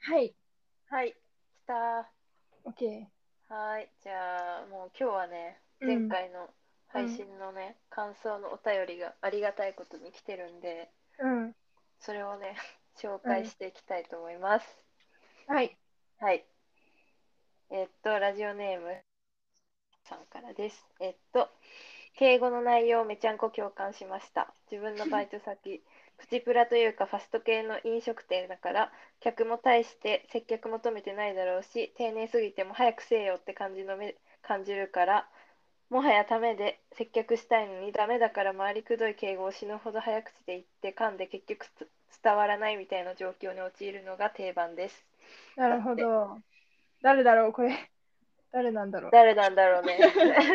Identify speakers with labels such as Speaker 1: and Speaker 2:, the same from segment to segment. Speaker 1: はい。
Speaker 2: はい、来た。
Speaker 1: OK。
Speaker 2: はい、じゃあもう今日はね、
Speaker 1: うん
Speaker 2: 前回の配信のね、感想のお便りがありがたいことに来てるんで、
Speaker 1: うん。
Speaker 2: それをね、紹介していきたいと思います。
Speaker 1: はい。
Speaker 2: はい。えっと、ラジオネームさんからです。えっと、敬語の内容めちゃんこ共感しました。自分のバイト先、プチプラというかファスト系の飲食店だから、客も大して接客求めてないだろうし、丁寧すぎても早くせえよって感じのめ感じるから、もはやためで接客したいのにダメだから回りくどい敬語を死ぬほど早口で言って噛んで結局つ伝わらないみたいな状況に陥るのが定番です。
Speaker 1: なるほど。誰だろう、これ。誰なんだろう。
Speaker 2: 誰なんだろう ね。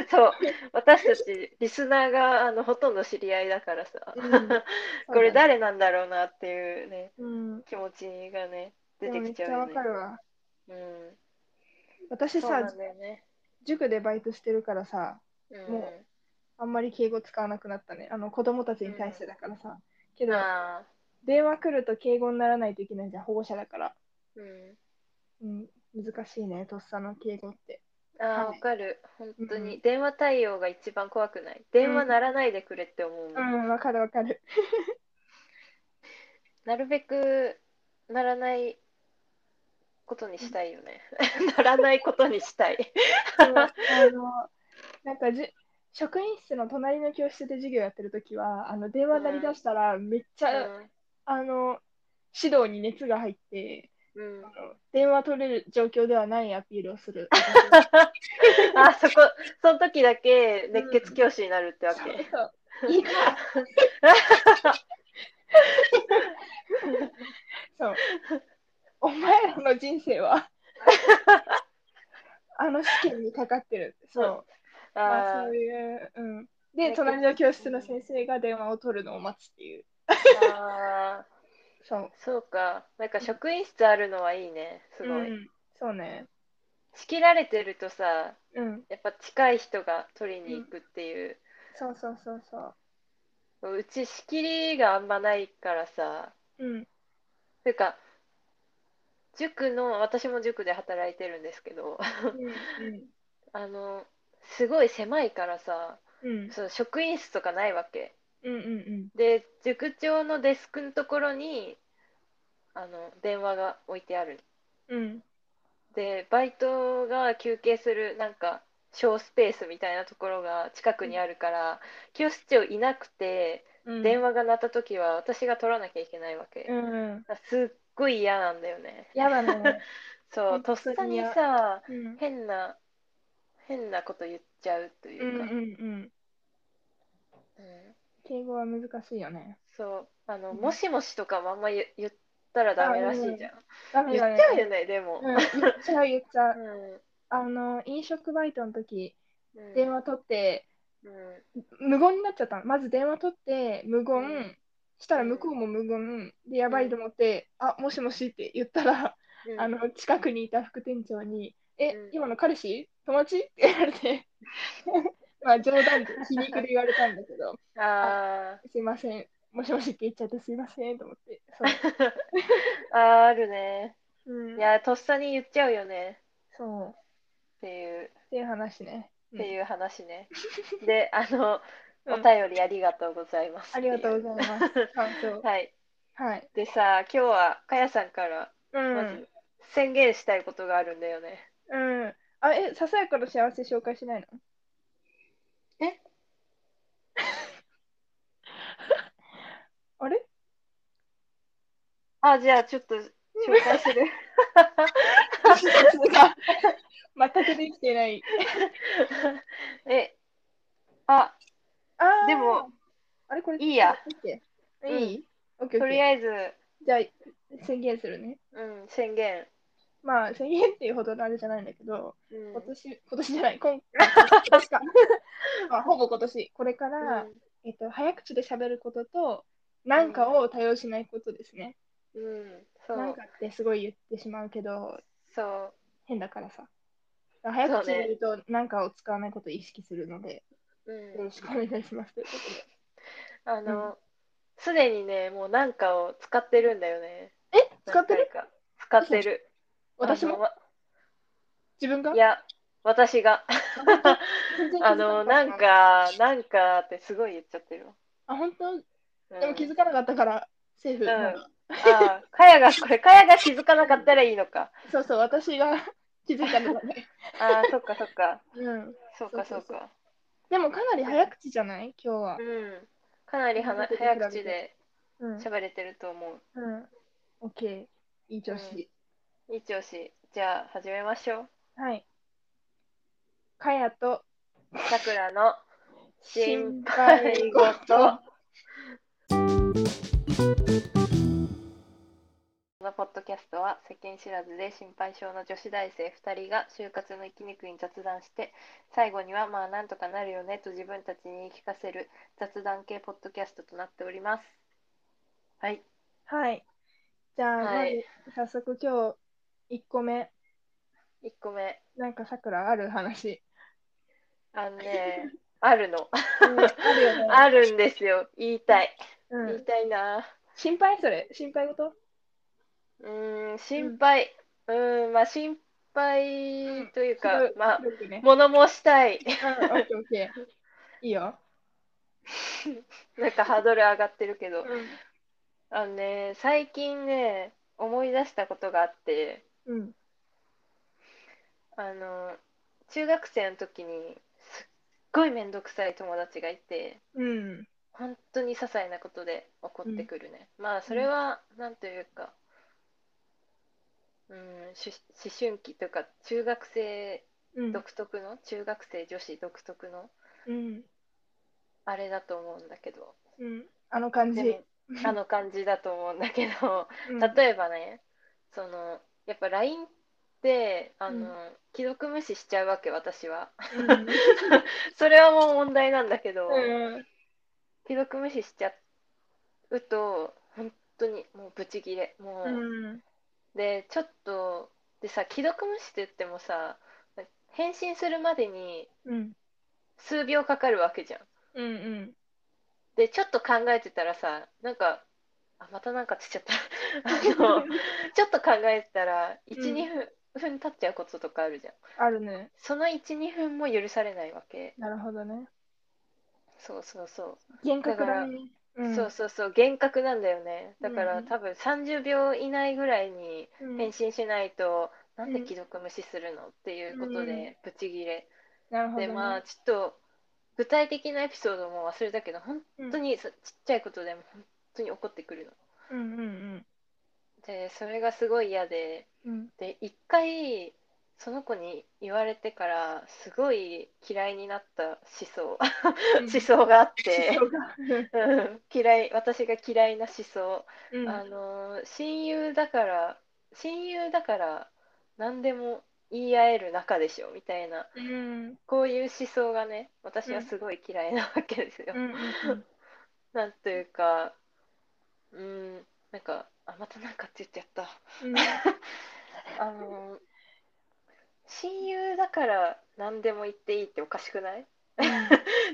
Speaker 2: そう、私たちリスナーがあのほとんど知り合いだからさ、
Speaker 1: うん
Speaker 2: これ誰なんだろうなっていうね、
Speaker 1: うん。
Speaker 2: 気持ちがね、
Speaker 1: でも
Speaker 2: 出て
Speaker 1: めっ
Speaker 2: き
Speaker 1: ち
Speaker 2: ちゃ
Speaker 1: ゃ
Speaker 2: うよ
Speaker 1: わ
Speaker 2: ね
Speaker 1: か。るわ。
Speaker 2: うん、
Speaker 1: 私
Speaker 2: そうな
Speaker 1: さ
Speaker 2: ん、だよね。
Speaker 1: 塾でバイトしてるからさ、
Speaker 2: うん、
Speaker 1: もあんまり敬語使わなくなったね。あの子供たちに対してだからさ。けど、
Speaker 2: ああ、
Speaker 1: 電話来ると敬語にならないといけないじゃん、保護者だから。
Speaker 2: うん。
Speaker 1: うん。難しいね、とっさの敬語って。
Speaker 2: ああ、
Speaker 1: は
Speaker 2: わ
Speaker 1: い
Speaker 2: かる。本当に、
Speaker 1: う
Speaker 2: 電話対応が一番怖くない。電話ならないでくれって思うもん。
Speaker 1: うん、わかるわかる。
Speaker 2: なるべくならないことにしたい よね。ならないことにしたい。
Speaker 1: そうあのなんかじゅ職員室の隣の教室で授業やってる時はあの電話鳴り出したらめっち
Speaker 2: う
Speaker 1: ゃ、
Speaker 2: ん
Speaker 1: あの指導に熱が入って
Speaker 2: うん
Speaker 1: あの電話取れる状況ではないアピールをする。
Speaker 2: あそこその時だけ熱血教師になるってわけ、
Speaker 1: そういいからそうお前らの人生はあの試験にかかってる。そうまあ、
Speaker 2: あ
Speaker 1: そういう、うん。
Speaker 2: だけ
Speaker 1: で、
Speaker 2: ど
Speaker 1: 隣の教室の先生が電話を取るのを待つっていう。
Speaker 2: ーあ
Speaker 1: そう。
Speaker 2: ーそうかなんか職員室あるのはいいねすごい、
Speaker 1: うんそうね。
Speaker 2: 仕切られてるとさ
Speaker 1: うん。
Speaker 2: やっぱ近い人が取りに行くっていう、
Speaker 1: そうそうそうそう。
Speaker 2: うち仕切りがあんまないからさ
Speaker 1: うん。
Speaker 2: というか塾の私も塾で働いてるんですけどあのすごい狭いからさ
Speaker 1: うん。うん。
Speaker 2: そう職員室とかないわけ
Speaker 1: うん。うん。
Speaker 2: で塾長のデスクのところにあの電話が置いてある
Speaker 1: うん。
Speaker 2: でバイトが休憩するなんか小スペースみたいなところが近くにあるから、教室長いなくて、
Speaker 1: うん。
Speaker 2: 電話が鳴った時は私が取らなきゃいけないわけ、
Speaker 1: う
Speaker 2: だ
Speaker 1: ん。
Speaker 2: からすっごい嫌なんだよね
Speaker 1: やだね。
Speaker 2: そ
Speaker 1: 本
Speaker 2: うとっ
Speaker 1: 当
Speaker 2: さ
Speaker 1: に
Speaker 2: に
Speaker 1: 嫌
Speaker 2: さ
Speaker 1: うん。。
Speaker 2: 変な変なこと言っちゃうといううんか、
Speaker 1: うん。
Speaker 2: うん
Speaker 1: 敬語は難しいよね。
Speaker 2: そうあの、
Speaker 1: うん
Speaker 2: もしもしとかもあんま言言ったらダメらしいじゃん、
Speaker 1: ダメ
Speaker 2: 言
Speaker 1: だ
Speaker 2: っ
Speaker 1: ね
Speaker 2: ち。ゃうよねでも、
Speaker 1: うん。言っちゃう、言っちゃう。
Speaker 2: う
Speaker 1: あの、飲食バイトの時、
Speaker 2: ん
Speaker 1: 電話取って、
Speaker 2: うん
Speaker 1: 無言になっちゃったのまず電話取って無言、
Speaker 2: うん
Speaker 1: したら向こうも無言でやばいと思って「あもしもし」って言ったら、
Speaker 2: うん
Speaker 1: あの近くにいた副店長に「え、
Speaker 2: うん
Speaker 1: 今の彼氏友達?」って言われて まあ冗談で皮肉で言われたんだけど
Speaker 2: あ
Speaker 1: 「すいませんもしもし」って言っちゃって「すいません」と思ってそ
Speaker 2: ーあーあるね
Speaker 1: う,、うん
Speaker 2: いやとっさに言っちゃうよね
Speaker 1: そう
Speaker 2: っていう
Speaker 1: っていう話ね、
Speaker 2: っ
Speaker 1: うん
Speaker 2: ていう話 ね、であの
Speaker 1: うん
Speaker 2: お便りありがとうございます
Speaker 1: ありがとうご
Speaker 2: ま
Speaker 1: ざいます 感想
Speaker 2: はい
Speaker 1: はい、
Speaker 2: でさ今日はかやさんから
Speaker 1: う
Speaker 2: ま
Speaker 1: ん
Speaker 2: ず宣言したいことがあるんだよね、
Speaker 1: うん、あえささやかの幸せ紹介しないの
Speaker 2: え
Speaker 1: あれ
Speaker 2: あじゃあちょっと紹介 する
Speaker 1: 全くできてない。
Speaker 2: えあ
Speaker 1: あー
Speaker 2: でも、
Speaker 1: あれこれ、
Speaker 2: いいや
Speaker 1: オッケー。いい、オッケーオ
Speaker 2: と
Speaker 1: ッ
Speaker 2: り
Speaker 1: ケー。
Speaker 2: あえず、
Speaker 1: じゃあ、宣言するね。
Speaker 2: うん、宣言、
Speaker 1: まあ、宣言っていうほどのあれじゃないんだけど、
Speaker 2: うん
Speaker 1: 今年、今年じゃない、今今年か。 まあ、ほぼ今年。これから、えっと、早口で喋ることと、なんかを多用しないことですね。
Speaker 2: うん、うん、そう
Speaker 1: なんかってすごい言ってしまうけど、
Speaker 2: そう
Speaker 1: 変だからさ。早口
Speaker 2: そうね
Speaker 1: で言うと、なんかを使わないことを意識するので、
Speaker 2: うん
Speaker 1: よろしくお願いします。ということで
Speaker 2: あの、すでにね、もうなんかを使ってるんだよね。
Speaker 1: 使ってる
Speaker 2: 何回か使ってる。
Speaker 1: 私も
Speaker 2: あ
Speaker 1: 自分が
Speaker 2: のいや、私が。
Speaker 1: 全然気づ
Speaker 2: あ
Speaker 1: かな
Speaker 2: の、
Speaker 1: かった
Speaker 2: なんか、なんかってすごい言っちゃってるわ。
Speaker 1: あ、本当
Speaker 2: うん
Speaker 1: でも気づかなかったから、セーフ。
Speaker 2: うん
Speaker 1: まだ
Speaker 2: ああ、かやが、これ、かやが気づかなかったらいいのか。
Speaker 1: そうそう、私が 気づいたのだね。
Speaker 2: ああ、 そっかそっか。
Speaker 1: うん。
Speaker 2: そうかそう
Speaker 1: そうそう
Speaker 2: か。
Speaker 1: でもかなり早口じゃない今日は
Speaker 2: う。ん。かなりはな
Speaker 1: うん
Speaker 2: 早口で
Speaker 1: うん。
Speaker 2: 喋れてると思う。
Speaker 1: うん。オッケー。いい調子。
Speaker 2: いい調子。じゃあ、始めましょう。
Speaker 1: はい。かやと
Speaker 2: さくらの心配
Speaker 1: 配
Speaker 2: 事。このポッドキャストは世間知らずで心配性の女子大生2人が就活の生きにくい雑談して最後にはまあなんとかなるよねと自分たちに言い聞かせる雑談系ポッドキャストとなっております。はい。
Speaker 1: はい。じゃあ、
Speaker 2: はい
Speaker 1: まず早速今日1個目。
Speaker 2: 1個目。
Speaker 1: なんかさくらある 話。
Speaker 2: あのね、 あるの。
Speaker 1: あるよね。
Speaker 2: あるんですよ。言いたい。
Speaker 1: う
Speaker 2: 言い
Speaker 1: ん、
Speaker 2: たいな。
Speaker 1: 心配それ心配事
Speaker 2: うーん、心配。うーん、まあ心配というか、
Speaker 1: 広い
Speaker 2: まあ、
Speaker 1: 広くね。
Speaker 2: 物申したい。
Speaker 1: う ん、オッケーオッケー。いいよ。
Speaker 2: なんかハードル上がってるけど。
Speaker 1: う
Speaker 2: あのね、最近ね、思い出したことがあって、
Speaker 1: ん。うん。
Speaker 2: あの、中学生の時に、すっごいめんどくさい友達がいて、
Speaker 1: うん。
Speaker 2: 本当に些細なことで怒ってくるね。まあ、それは、なんというか、うん、し思春期というか、中学生
Speaker 1: うん。
Speaker 2: 独特の、中学生女子独特の、
Speaker 1: うん。
Speaker 2: あれだと思うんだけど、
Speaker 1: うん。あの感じ。
Speaker 2: でも、あの感じだと思うんだけど、
Speaker 1: え
Speaker 2: 例えばねそのやっぱ LINE ってあの、
Speaker 1: うん
Speaker 2: 既読無視しちゃうわけ私は
Speaker 1: ば、
Speaker 2: それはもう問題なんだけど、
Speaker 1: うん。
Speaker 2: 既読無視しちゃうと本当にもうブチギレもう、
Speaker 1: うん。
Speaker 2: でちょっとでさ既読無視って言ってもさ返信するまでに
Speaker 1: うん。
Speaker 2: 数秒かかるわけじゃん
Speaker 1: うん。うん。
Speaker 2: でちょっと考えてたらさなんかあまたなんかつっちゃった あのちょっと考えてたら
Speaker 1: うん
Speaker 2: 12、分分経っちゃうこととかあるじゃん
Speaker 1: あるね。
Speaker 2: その12分も許されないわけ
Speaker 1: なるほどね。
Speaker 2: そうそうそ
Speaker 1: 幻覚だね。
Speaker 2: う、
Speaker 1: ん
Speaker 2: そうそうそう厳格なんだよねだから、
Speaker 1: うん
Speaker 2: 多分30秒以内ぐらいに
Speaker 1: うん
Speaker 2: 返信しないと、なんで
Speaker 1: うん
Speaker 2: 既読無視するのっていうことで、ブチギレ
Speaker 1: なるほど
Speaker 2: で
Speaker 1: ね。
Speaker 2: まあちょっと具体的なエピソードも忘れたけど本当にさちっちゃいことでも本当に怒ってくるの
Speaker 1: うんうん
Speaker 2: でそれがすごい嫌で
Speaker 1: うん。うん。
Speaker 2: で一回その子に言われてからすごい嫌いになった思想 思想があって
Speaker 1: 思想が
Speaker 2: うん嫌い私が嫌いな思想、
Speaker 1: うん
Speaker 2: あのー親友だから親友だから何でも言い合える仲でしょみたいな
Speaker 1: うん。
Speaker 2: こういう思想がね私はすごい嫌いなわけですよ、
Speaker 1: うんうん
Speaker 2: なんというかうんなんかあまたなんかって言っちゃった
Speaker 1: うん。
Speaker 2: あのー親友だから何でも言っていいっておかしくないっ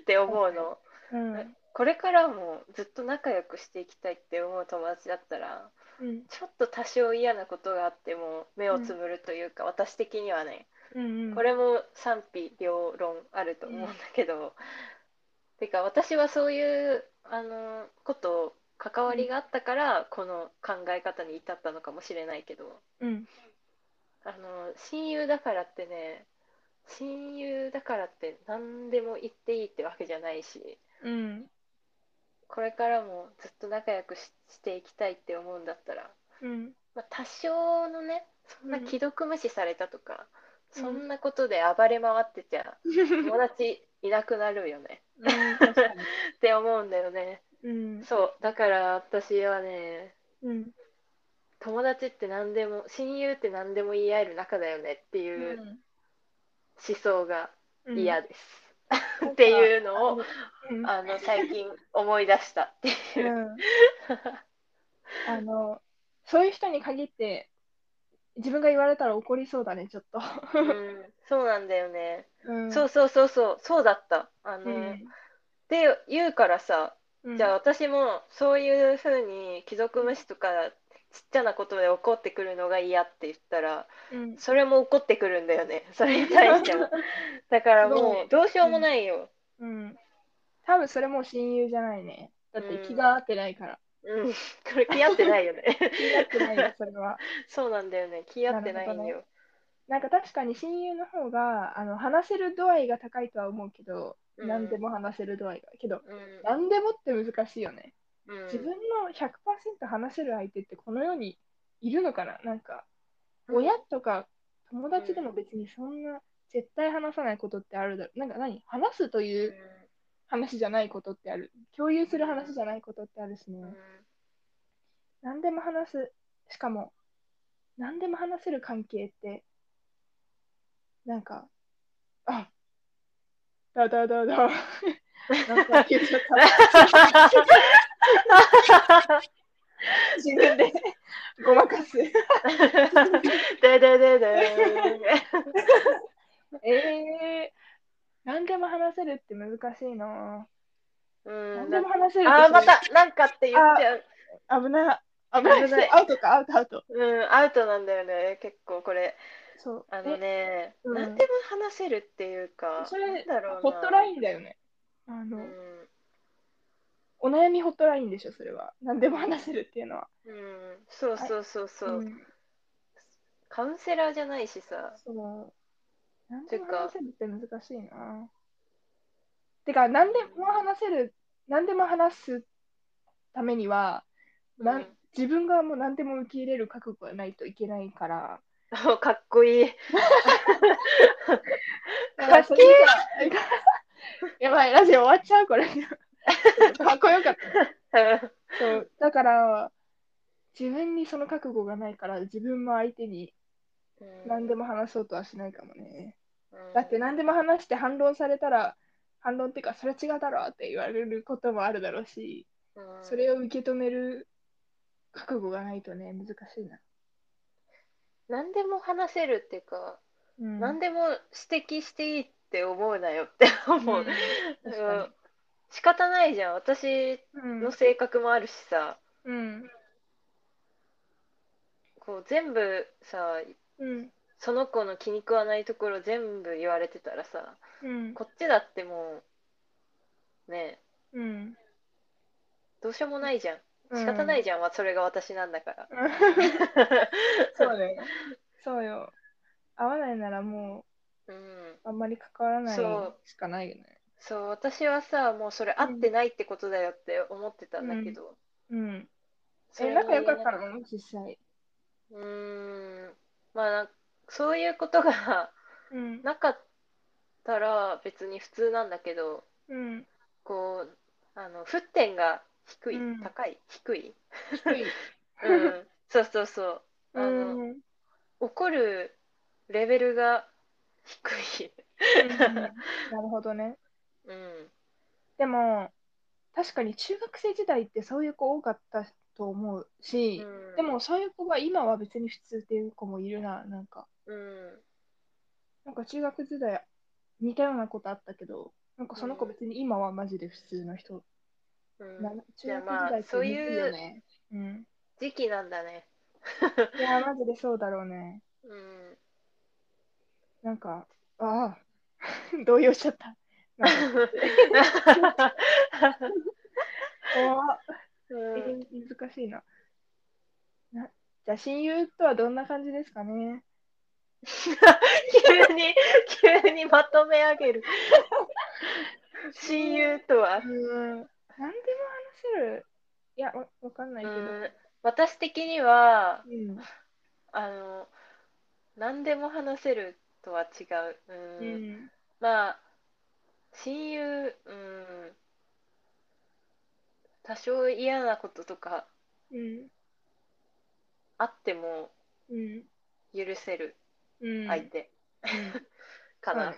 Speaker 2: て思うの
Speaker 1: うん
Speaker 2: これからもずっと仲良くしていきたいって思う友達だったら
Speaker 1: うん
Speaker 2: ちょっと多少嫌なことがあっても目をつむるというか、私的にはね
Speaker 1: うん。
Speaker 2: これも賛否両論あると思うんだけど、てか私はそういうあのこと関わりがあったから、この考え方に至ったのかもしれないけど
Speaker 1: うん。
Speaker 2: あの親友だからってね親友だからって何でも言っていいってわけじゃないし
Speaker 1: うん。
Speaker 2: これからもずっと仲良くししていきたいって思うんだったら
Speaker 1: うん。
Speaker 2: まあ、多少のねそんな
Speaker 1: うん
Speaker 2: 既読無視されたとか、
Speaker 1: うん
Speaker 2: そんなことで暴れ回ってちゃ 友達いなくなるよね
Speaker 1: うん。確かに
Speaker 2: って思うんだよね
Speaker 1: うん。
Speaker 2: そうだから私はね
Speaker 1: うん。
Speaker 2: 友達って何でも親友って何でも言い合える仲だよねっていう思想が
Speaker 1: うん
Speaker 2: 嫌です、っていうのを、
Speaker 1: うん
Speaker 2: あの最近思い出したっていう、
Speaker 1: うん、あのそういう人に限って自分が言われたら怒りそうだねちょっと、
Speaker 2: うん、そうなんだよね、
Speaker 1: うん、
Speaker 2: そうそうそうそうそうだったあの、
Speaker 1: うん、
Speaker 2: で言うからさ
Speaker 1: うん
Speaker 2: じゃあ私もそういうふうに既読無視とかちっちゃなことで怒ってくるのが嫌って言ったら
Speaker 1: うん
Speaker 2: それも怒ってくるんだよねそれに対してもだからもうどうしようもないよ、
Speaker 1: うん。多分それもう親友じゃないね。だって気が合ってないから。
Speaker 2: うん、これ気合ってないよね
Speaker 1: 気が合ってないよ、 それは。
Speaker 2: そうなんだよね気合ってないん
Speaker 1: な
Speaker 2: だ
Speaker 1: る
Speaker 2: よ、
Speaker 1: なんか確かに親友の方があの話せる度合いが高いとは思うけど、
Speaker 2: うん
Speaker 1: 何でも話せる度合いが。けど、
Speaker 2: うん
Speaker 1: 何でもって難しいよね。
Speaker 2: うん
Speaker 1: 自分の100%話せる相手ってこの世にいるのかななんか、親とか友達でも別にそんな絶対話さないことってあるだろう。なんか何話すと
Speaker 2: う
Speaker 1: い
Speaker 2: ん
Speaker 1: う話じゃないことってある。共有する話じゃないことってあるしね。
Speaker 2: うん
Speaker 1: 何でも話すしかも何でも話せる関係ってなんかあだだだだな んか消えちゃった自分でごまかす
Speaker 2: だだだだ
Speaker 1: ええ何でも話せるって難しいな、
Speaker 2: うん
Speaker 1: 何でも話せる
Speaker 2: あー
Speaker 1: と
Speaker 2: またなんかって言っちゃう
Speaker 1: 危ない危ない
Speaker 2: 危 ない
Speaker 1: アウトかアウトアウト
Speaker 2: うんアウトなんだよね結構これ
Speaker 1: そう
Speaker 2: あの
Speaker 1: え
Speaker 2: ね、
Speaker 1: うん
Speaker 2: 何でも話せるっていうか
Speaker 1: それ
Speaker 2: なんだろうな
Speaker 1: ホットラ
Speaker 2: ン
Speaker 1: インだよねあの、
Speaker 2: うん
Speaker 1: お悩みホットラインでしょ、それは。何でも話せるっていうのは。
Speaker 2: うん、そうそうそうそう、
Speaker 1: ん
Speaker 2: カウンセラーじゃないしさ
Speaker 1: その何でも話せるって難しいな。てか、何でも話せる、何でも話すためには、な
Speaker 2: うんん
Speaker 1: 自分がもう何でも受け入れる覚悟がないといけないから。
Speaker 2: おかっこいい
Speaker 1: かっけえやばい、ラジオ終わっちゃう、こ れ。かっこよかった。そうだから、自分にその覚悟がないから、自分も相手に何で
Speaker 2: も、
Speaker 1: も話そうとはしないかもね。
Speaker 2: うん
Speaker 1: だって何でも話して反論されたら、反論っていうか、それ違うだろうって言われることもあるだろうし、
Speaker 2: うん
Speaker 1: それを受け止める覚悟がないとね、難しいな。
Speaker 2: 何でも話せるっていうか、
Speaker 1: うん
Speaker 2: 何でも指摘していいって思うなよって思
Speaker 1: う
Speaker 2: う、
Speaker 1: ん確
Speaker 2: う
Speaker 1: か
Speaker 2: ん仕方ないじゃん私
Speaker 1: にうん
Speaker 2: の性格もあるしさ、
Speaker 1: うん。
Speaker 2: こう全部さ
Speaker 1: うん。
Speaker 2: その子の気に食わないところ全部言われてたらさ
Speaker 1: うん。
Speaker 2: こっちだってもうねえ
Speaker 1: うん。
Speaker 2: どうしようもないじゃん
Speaker 1: うん
Speaker 2: 仕方 ないじゃん、まあそれが私なんだから。
Speaker 1: そうね。そうよ。合わないならも
Speaker 2: うん、
Speaker 1: う、あんまり関わらない
Speaker 2: そう
Speaker 1: しかないよね。
Speaker 2: そう私はさもうそれ合ってないってことだよって思ってたんだけど、
Speaker 1: うん。
Speaker 2: それ
Speaker 1: え、
Speaker 2: も
Speaker 1: 仲良かったの実際。
Speaker 2: うーんまあなんそういうことが
Speaker 1: うん。
Speaker 2: なかったら別に普通なんだけど
Speaker 1: うん。
Speaker 2: こうあの沸点が低い、
Speaker 1: うん
Speaker 2: 高い 低い、
Speaker 1: 低い。
Speaker 2: うん、そうそうそうあの、
Speaker 1: うん。
Speaker 2: 怒るレベルが低い、
Speaker 1: うんなるほどね。
Speaker 2: うん、
Speaker 1: でも、確かに中学生時代ってそういう子多かったと思うし、でもそういう子が今は別に普通っていう子もいるな、なんか。
Speaker 2: うん
Speaker 1: なんか中学時代似たようなことあったけど、なんかその子別に今はマジで普通の人。
Speaker 2: うん
Speaker 1: な中
Speaker 2: じゃあ
Speaker 1: 学時
Speaker 2: まあ
Speaker 1: 代って
Speaker 2: そう
Speaker 1: 似てる
Speaker 2: い
Speaker 1: よ
Speaker 2: う
Speaker 1: ね。うん。
Speaker 2: 時期なんだね。
Speaker 1: いやー、マジでそうだろうね。
Speaker 2: うん、
Speaker 1: なんか、あ あ、動揺しちゃった。なんか怖っ
Speaker 2: うん
Speaker 1: えー難しいな。なじゃあ親友とはどんな感じですかね
Speaker 2: 急に急にまとめ上げる。親友とは、
Speaker 1: うん。何でも話せる。いや、わわかんないうけど。
Speaker 2: ん、私的には
Speaker 1: うん。
Speaker 2: あの何でも話せるとは違う。
Speaker 1: う
Speaker 2: うん
Speaker 1: ん。
Speaker 2: まあ親友、うん、多少嫌なこととか
Speaker 1: うん。
Speaker 2: あっても
Speaker 1: うん。
Speaker 2: 許せる
Speaker 1: うん。
Speaker 2: 相手
Speaker 1: うん
Speaker 2: かな。
Speaker 1: そうね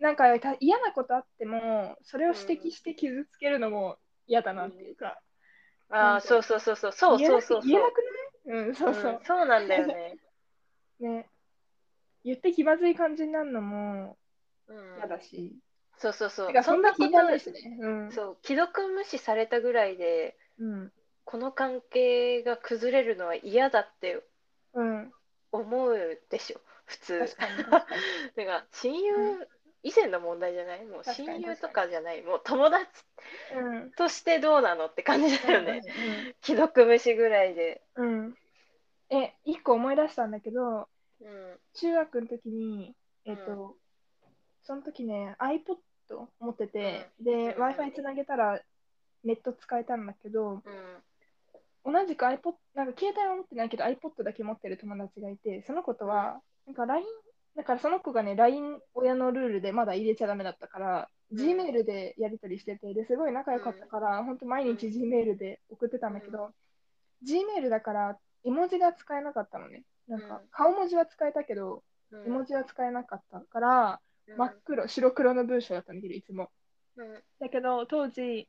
Speaker 1: なんかた嫌なことあっても、それを指摘して傷つけるのも嫌だなっていうか。
Speaker 2: ああ、そうそうそうそう、そう
Speaker 1: 言え
Speaker 2: そ
Speaker 1: なく
Speaker 2: うそうそう。
Speaker 1: 言えなくないうん、そう
Speaker 2: うん
Speaker 1: そう。
Speaker 2: そうなんだよね。
Speaker 1: ね。言って気まずい感じになるのも
Speaker 2: うん
Speaker 1: 嫌だし。
Speaker 2: そうそうそう
Speaker 1: て。か、そんな
Speaker 2: こ
Speaker 1: 気
Speaker 2: と
Speaker 1: にならないしね。うん。
Speaker 2: そう、既読無視されたぐらいで、
Speaker 1: うん。
Speaker 2: この関係が崩れるのは嫌だって
Speaker 1: うん。
Speaker 2: 思うでしょ普通
Speaker 1: 確かに確かに。
Speaker 2: てか親友、
Speaker 1: う
Speaker 2: 以前の問題じゃないもう
Speaker 1: 確かに
Speaker 2: 親友とかじゃないもう友達
Speaker 1: うん。
Speaker 2: としてどうなのって感じだよね、
Speaker 1: ね。
Speaker 2: 既読無視ぐらいで、
Speaker 1: うん。え、一個思い出したんだけど、
Speaker 2: うん、
Speaker 1: 中学の時に、えっと、
Speaker 2: う
Speaker 1: その時ね、iPod 持ってて、で、
Speaker 2: うん
Speaker 1: Wi-Fi つなげたらネット使えたんだけど、
Speaker 2: うん
Speaker 1: 同じく iPod、なんか携帯は持ってないけど iPod だけ持ってる友達がいて、その子とは、なんか LINE、だからその子がね、LINE 親のルールでまだ入れちゃダメだったから、
Speaker 2: うん
Speaker 1: Gmail でやり取りしてて、ですごい仲良かったから、本当毎日 Gmail で送ってたんだけど、Gmail だから絵文字が使えなかったのね。なんか
Speaker 2: うん
Speaker 1: 顔文字は使えたけど、
Speaker 2: うん
Speaker 1: 絵文字は使えなかったから、真っ黒、白黒の文章だったんだけど、いつも。
Speaker 2: うんうん
Speaker 1: だけど、当時、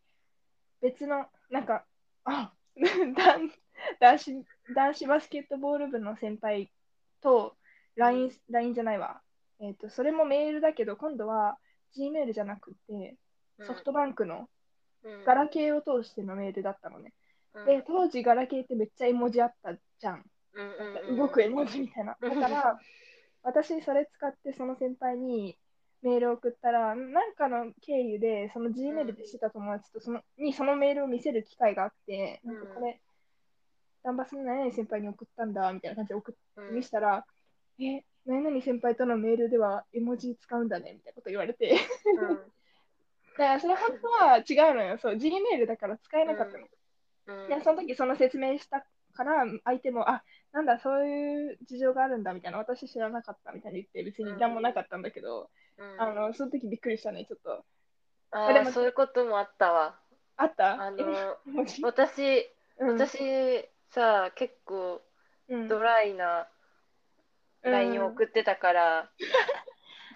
Speaker 1: 別の、なんか、あ男男子男子バスケットボール部の先輩と LINE、LINE じゃないわ。えっ、と、それもメールだけど、今度は Gmail じゃなくて、ソフトバンクの
Speaker 2: うん
Speaker 1: ガラケーを通してのメールだったのね。
Speaker 2: うん
Speaker 1: で、当時ガラケーってめっちゃ絵文字あったじゃん。
Speaker 2: うんうんうんうん
Speaker 1: 動く絵文字みたいな。
Speaker 2: う
Speaker 1: だ
Speaker 2: ん
Speaker 1: から、私それ使ってその先輩にメールを送ったら、なんかの経由で、その Gmail でしてた友達とその、にそのメールを見せる機会があって、なんかこれ、ダンバスの何々先輩に送ったんだ、みたいな感じで送っ
Speaker 2: う
Speaker 1: て
Speaker 2: ん
Speaker 1: みしたら、え、何々先輩とのメールでは絵文字使うんだね、みたいなこと言われ て。だからそれ本当は違うのよ。そう、Gmail だから使えなかったの。
Speaker 2: うん
Speaker 1: で、その時その説明したから、相手も、あ、なんだ、そういう事情があるんだみたいな、私知らなかったみたいに言って、別に何もなかったんだけど、
Speaker 2: うん
Speaker 1: あの、その時びっくりしたね、ちょっと。
Speaker 2: あ
Speaker 1: で
Speaker 2: ー
Speaker 1: も
Speaker 2: そういうこともあったわ
Speaker 1: あった
Speaker 2: あの
Speaker 1: え 文字
Speaker 2: 私
Speaker 1: うん
Speaker 2: 私さ結構
Speaker 1: うん
Speaker 2: ドライな
Speaker 1: うん
Speaker 2: LINE を送ってたから、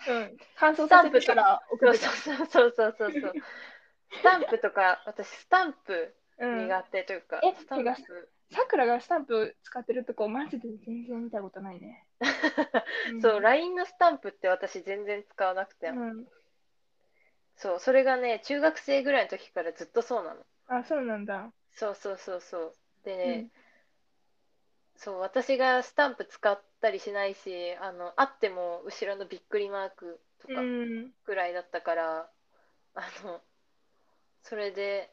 Speaker 1: うん。感想させてから送
Speaker 2: そ
Speaker 1: っ
Speaker 2: う
Speaker 1: てた。
Speaker 2: そうそうそうそうそうそうスタンプとか私スタンプ
Speaker 1: うん。
Speaker 2: 苦手というか、
Speaker 1: え
Speaker 2: スタンプ
Speaker 1: 苦さくらがスタンプを使ってるとこ、マジで全然見たことない ね。ん
Speaker 2: そう LINE のスタンプって私全然使わなくて、
Speaker 1: うん。
Speaker 2: そうそれがね中学生ぐらいの時からずっとそうなの
Speaker 1: あ、そうなんだ。
Speaker 2: そうそうそうそうでね、
Speaker 1: うん
Speaker 2: そう私がスタンプ使ったりしないしあのあっても後ろのびっくりマークとか
Speaker 1: うん。
Speaker 2: ぐらいだったから、あのそれで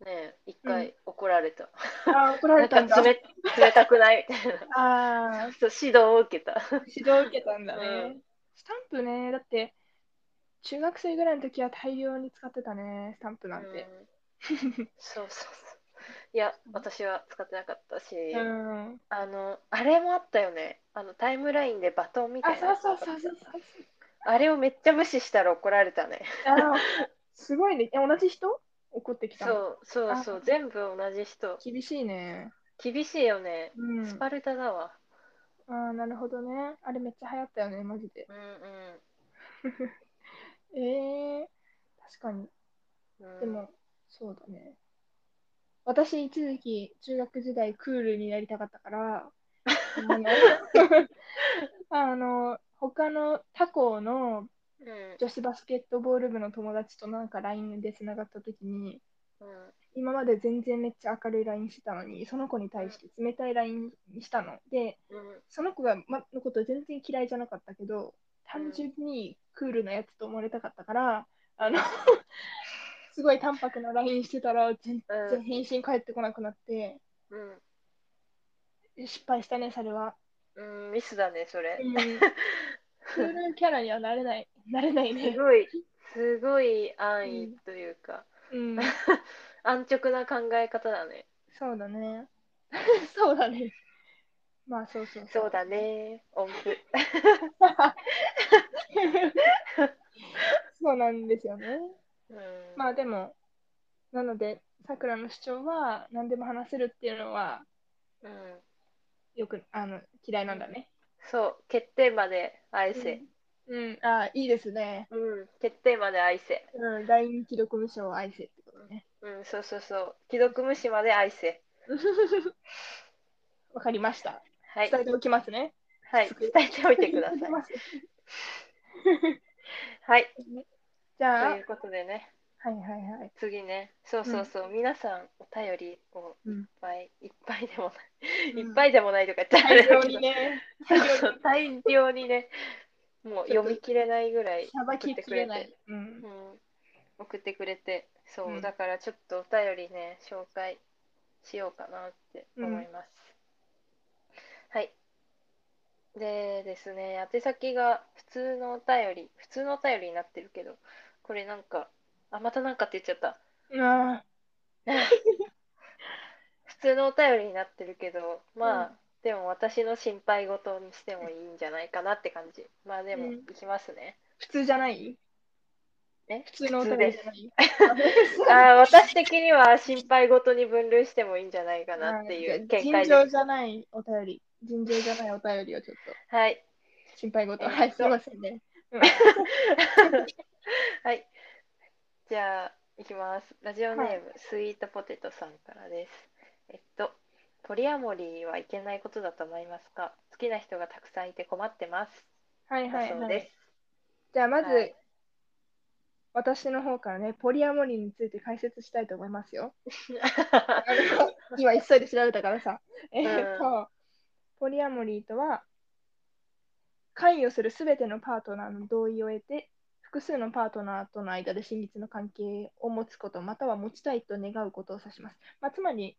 Speaker 2: ね一回怒られた、
Speaker 1: あ、怒られた
Speaker 2: なんん
Speaker 1: だ
Speaker 2: か。冷冷たくないみた いな
Speaker 1: あー
Speaker 2: そう指導を受けた
Speaker 1: 指導を受けたんだね。
Speaker 2: うん
Speaker 1: スタンプね、だって、中学生ぐらいの時は大量に使ってたね、スタンプなんて。
Speaker 2: うんそうそうそういや私は使ってなかったし、
Speaker 1: うん。
Speaker 2: あのあれもあったよねあのタイムラインでバトンみた
Speaker 1: あ、
Speaker 2: いな
Speaker 1: そう
Speaker 2: やつ
Speaker 1: そうそう そうそう。
Speaker 2: あれをめっちゃ無視したら怒られたね
Speaker 1: あすごいね。え同じ人怒ってきた
Speaker 2: そ
Speaker 1: の
Speaker 2: うそうそう
Speaker 1: あ
Speaker 2: 全部同じ人
Speaker 1: 厳しいね。
Speaker 2: 厳しいよね、
Speaker 1: うん。
Speaker 2: スパルタだわ
Speaker 1: あーなるほどね。あれめっちゃ流行ったよね、マジで。
Speaker 2: うん
Speaker 1: えー、確かに。
Speaker 2: うん、うん、
Speaker 1: でも、そうだね。私、一時期、中学時代、クールになりたかったから、あの、あの他の他校の
Speaker 2: うん
Speaker 1: 女子バスケットボール部の友達となんか LINE でつながった時に
Speaker 2: うん
Speaker 1: 今まで全然めっちゃ明るい LINE してたのにその子に対して冷たい LINE にしたので
Speaker 2: うん
Speaker 1: その子が、ま、のこと全然嫌いじゃなかったけど単純にクールなやつと思われたかったからあ のすごい淡白な LINE してたら全然返信返ってこなくなって
Speaker 2: うん
Speaker 1: 失敗したねそれは、
Speaker 2: うん、ミスだねそれ、
Speaker 1: うん、クールキャラにはなれないなれない
Speaker 2: す
Speaker 1: ね、
Speaker 2: ごいすごい安易というか、
Speaker 1: うん、
Speaker 2: 安直な考え方だね
Speaker 1: そうだね。 そうだね。まあそうそう
Speaker 2: そうだ。ね音符
Speaker 1: そうなんですよね。
Speaker 2: うん
Speaker 1: まあでも、なので、さくらの主張は何でも話せるっていうのは
Speaker 2: うん、
Speaker 1: よくあの嫌いなんだね。
Speaker 2: そう欠点まで愛せ、
Speaker 1: うん、あいいですね。
Speaker 2: うん、欠点まで愛せ。
Speaker 1: うん、LINE 既読無視を愛せってことね。
Speaker 2: うん、そうそうそう。既読無視まで愛せ。
Speaker 1: わかりました。
Speaker 2: はい。
Speaker 1: 伝えておきますね。
Speaker 2: はい。伝えておいてください。
Speaker 1: い。
Speaker 2: はい。
Speaker 1: じゃ
Speaker 2: と
Speaker 1: あ
Speaker 2: い、うことでね。
Speaker 1: はいはいはい。
Speaker 2: 次ねそうそうそう、皆さんお便りをいっぱい、いっぱいでもない、いっぱ
Speaker 1: い
Speaker 2: いでもないとか言っちゃあれ
Speaker 1: 大
Speaker 2: だ
Speaker 1: 量
Speaker 2: けど
Speaker 1: にね、
Speaker 2: そうそう 大量にねもう読み切れないぐらい
Speaker 1: さばききれな
Speaker 2: 送って
Speaker 1: い。うん
Speaker 2: くれて、う。ん、送ってくれてそう、
Speaker 1: うん
Speaker 2: だからちょっとお便りね紹介しようかなって思います、はいでですね宛先が普通のお便り普通のお便りになってるけどこれなんかあまたなんかって言っちゃった
Speaker 1: あ
Speaker 2: 普通のお便りになってるけどまあ、
Speaker 1: うん
Speaker 2: でも私の心配事にしてもいいんじゃないかなって感じまあでも
Speaker 1: うん
Speaker 2: いきますね、
Speaker 1: 普通じゃない
Speaker 2: え
Speaker 1: 普通のお便
Speaker 2: 普通で
Speaker 1: り
Speaker 2: す
Speaker 1: じゃない
Speaker 2: あー私的には心配事に分類してもいいんじゃ ないかなっていう見
Speaker 1: 尋
Speaker 2: 解
Speaker 1: 常
Speaker 2: で
Speaker 1: じ
Speaker 2: す
Speaker 1: ゃないお便り。尋常じゃないお便りをちょっと
Speaker 2: はい
Speaker 1: 心配事。
Speaker 2: えっと
Speaker 1: はい、すいませんね。
Speaker 2: はいじゃあいきますラジオネーム、
Speaker 1: はい
Speaker 2: スイートポテトさんからですえっとポリアモリーはいけないことだと思いますか好きな人がたくさんいて困ってます
Speaker 1: はい
Speaker 2: だ
Speaker 1: は
Speaker 2: そ
Speaker 1: いうはい
Speaker 2: で。
Speaker 1: じゃあまず、
Speaker 2: はい
Speaker 1: 私の方からね、ポリアモリーについて解説したいと思いますよ。
Speaker 2: す、
Speaker 1: あの今急いで調べたからさ。え
Speaker 2: ん
Speaker 1: ーっと、ポリアモリーとは、関与するすべてのパートナーの同意を得て、複数のパートナーとの間で親密の関係を持つこと、または持ちたいと願うことを指します。まあ、つまり、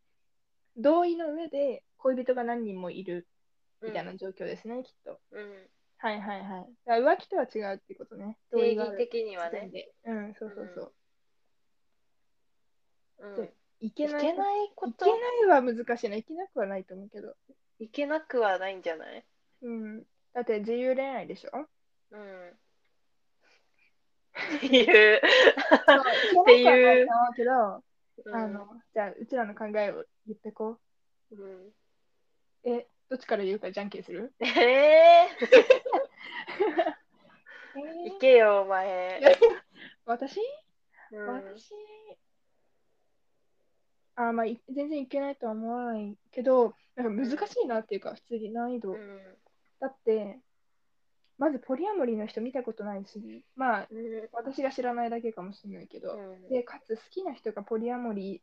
Speaker 1: 同意の上で恋人が何人もいるみたいな状況ですね、きっと。
Speaker 2: うん
Speaker 1: はいはいはい。だから浮気とは違うってことね。同
Speaker 2: 定
Speaker 1: 意がある
Speaker 2: 義的には
Speaker 1: 時
Speaker 2: ね
Speaker 1: 点、で。うん、そうそうそう。
Speaker 2: うん
Speaker 1: そうい
Speaker 2: い
Speaker 1: けない。い
Speaker 2: こと
Speaker 1: けないは難しいな。いけなくはないと思うけど。
Speaker 2: いけなくはないんじゃない
Speaker 1: うん。だって自由恋愛でしょ
Speaker 2: うん。 っていう。
Speaker 1: って
Speaker 2: いう
Speaker 1: と思うけど、
Speaker 2: うん
Speaker 1: あの、じゃあ、うちらの考えを言ってこ
Speaker 2: うん
Speaker 1: う。え、どっちから言うかじゃんけんする
Speaker 2: え
Speaker 1: え
Speaker 2: ー、いけよ、お前。
Speaker 1: 私、
Speaker 2: うん
Speaker 1: 私、あ、まあ、い全然いけないとは思わないけど、なんか難しいなっていうか、普通に難易度。
Speaker 2: うん
Speaker 1: だって、まずポリアモリーの人見たことないし、まあ、
Speaker 2: うん
Speaker 1: 私が知らないだけかもしれないけど、
Speaker 2: うん
Speaker 1: で、かつ好きな人がポリアモリ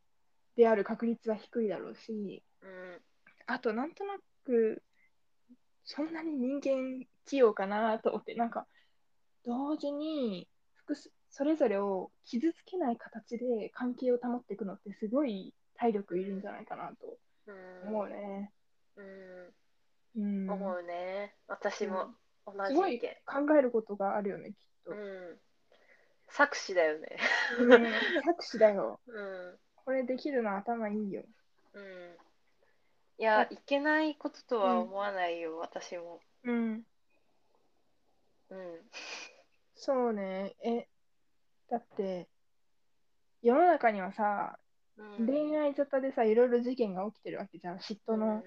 Speaker 1: ーである確率は低いだろうし、
Speaker 2: うん
Speaker 1: あとなんとなくそんなに人間器用かなと思ってなんか同時に複数それぞれを傷つけない形で関係を保っていくのってすごい体力いるんじゃないかなと思うね。
Speaker 2: うん
Speaker 1: うん、
Speaker 2: 思うね。私も同
Speaker 1: す
Speaker 2: じ
Speaker 1: ご
Speaker 2: 意
Speaker 1: い
Speaker 2: 見
Speaker 1: 考。えることがあるよねきっと。
Speaker 2: うん作詞だよね。
Speaker 1: うん、作詞だよ。
Speaker 2: うん
Speaker 1: これできるの頭いいよ。
Speaker 2: うんいや、
Speaker 1: はい
Speaker 2: けないこととは思わないよ、私も。
Speaker 1: うん、
Speaker 2: うん。
Speaker 1: そうね。えだって世の中にはさ
Speaker 2: うん
Speaker 1: 恋愛沙汰でさいろいろ事件が起きてるわけじゃん嫉妬の。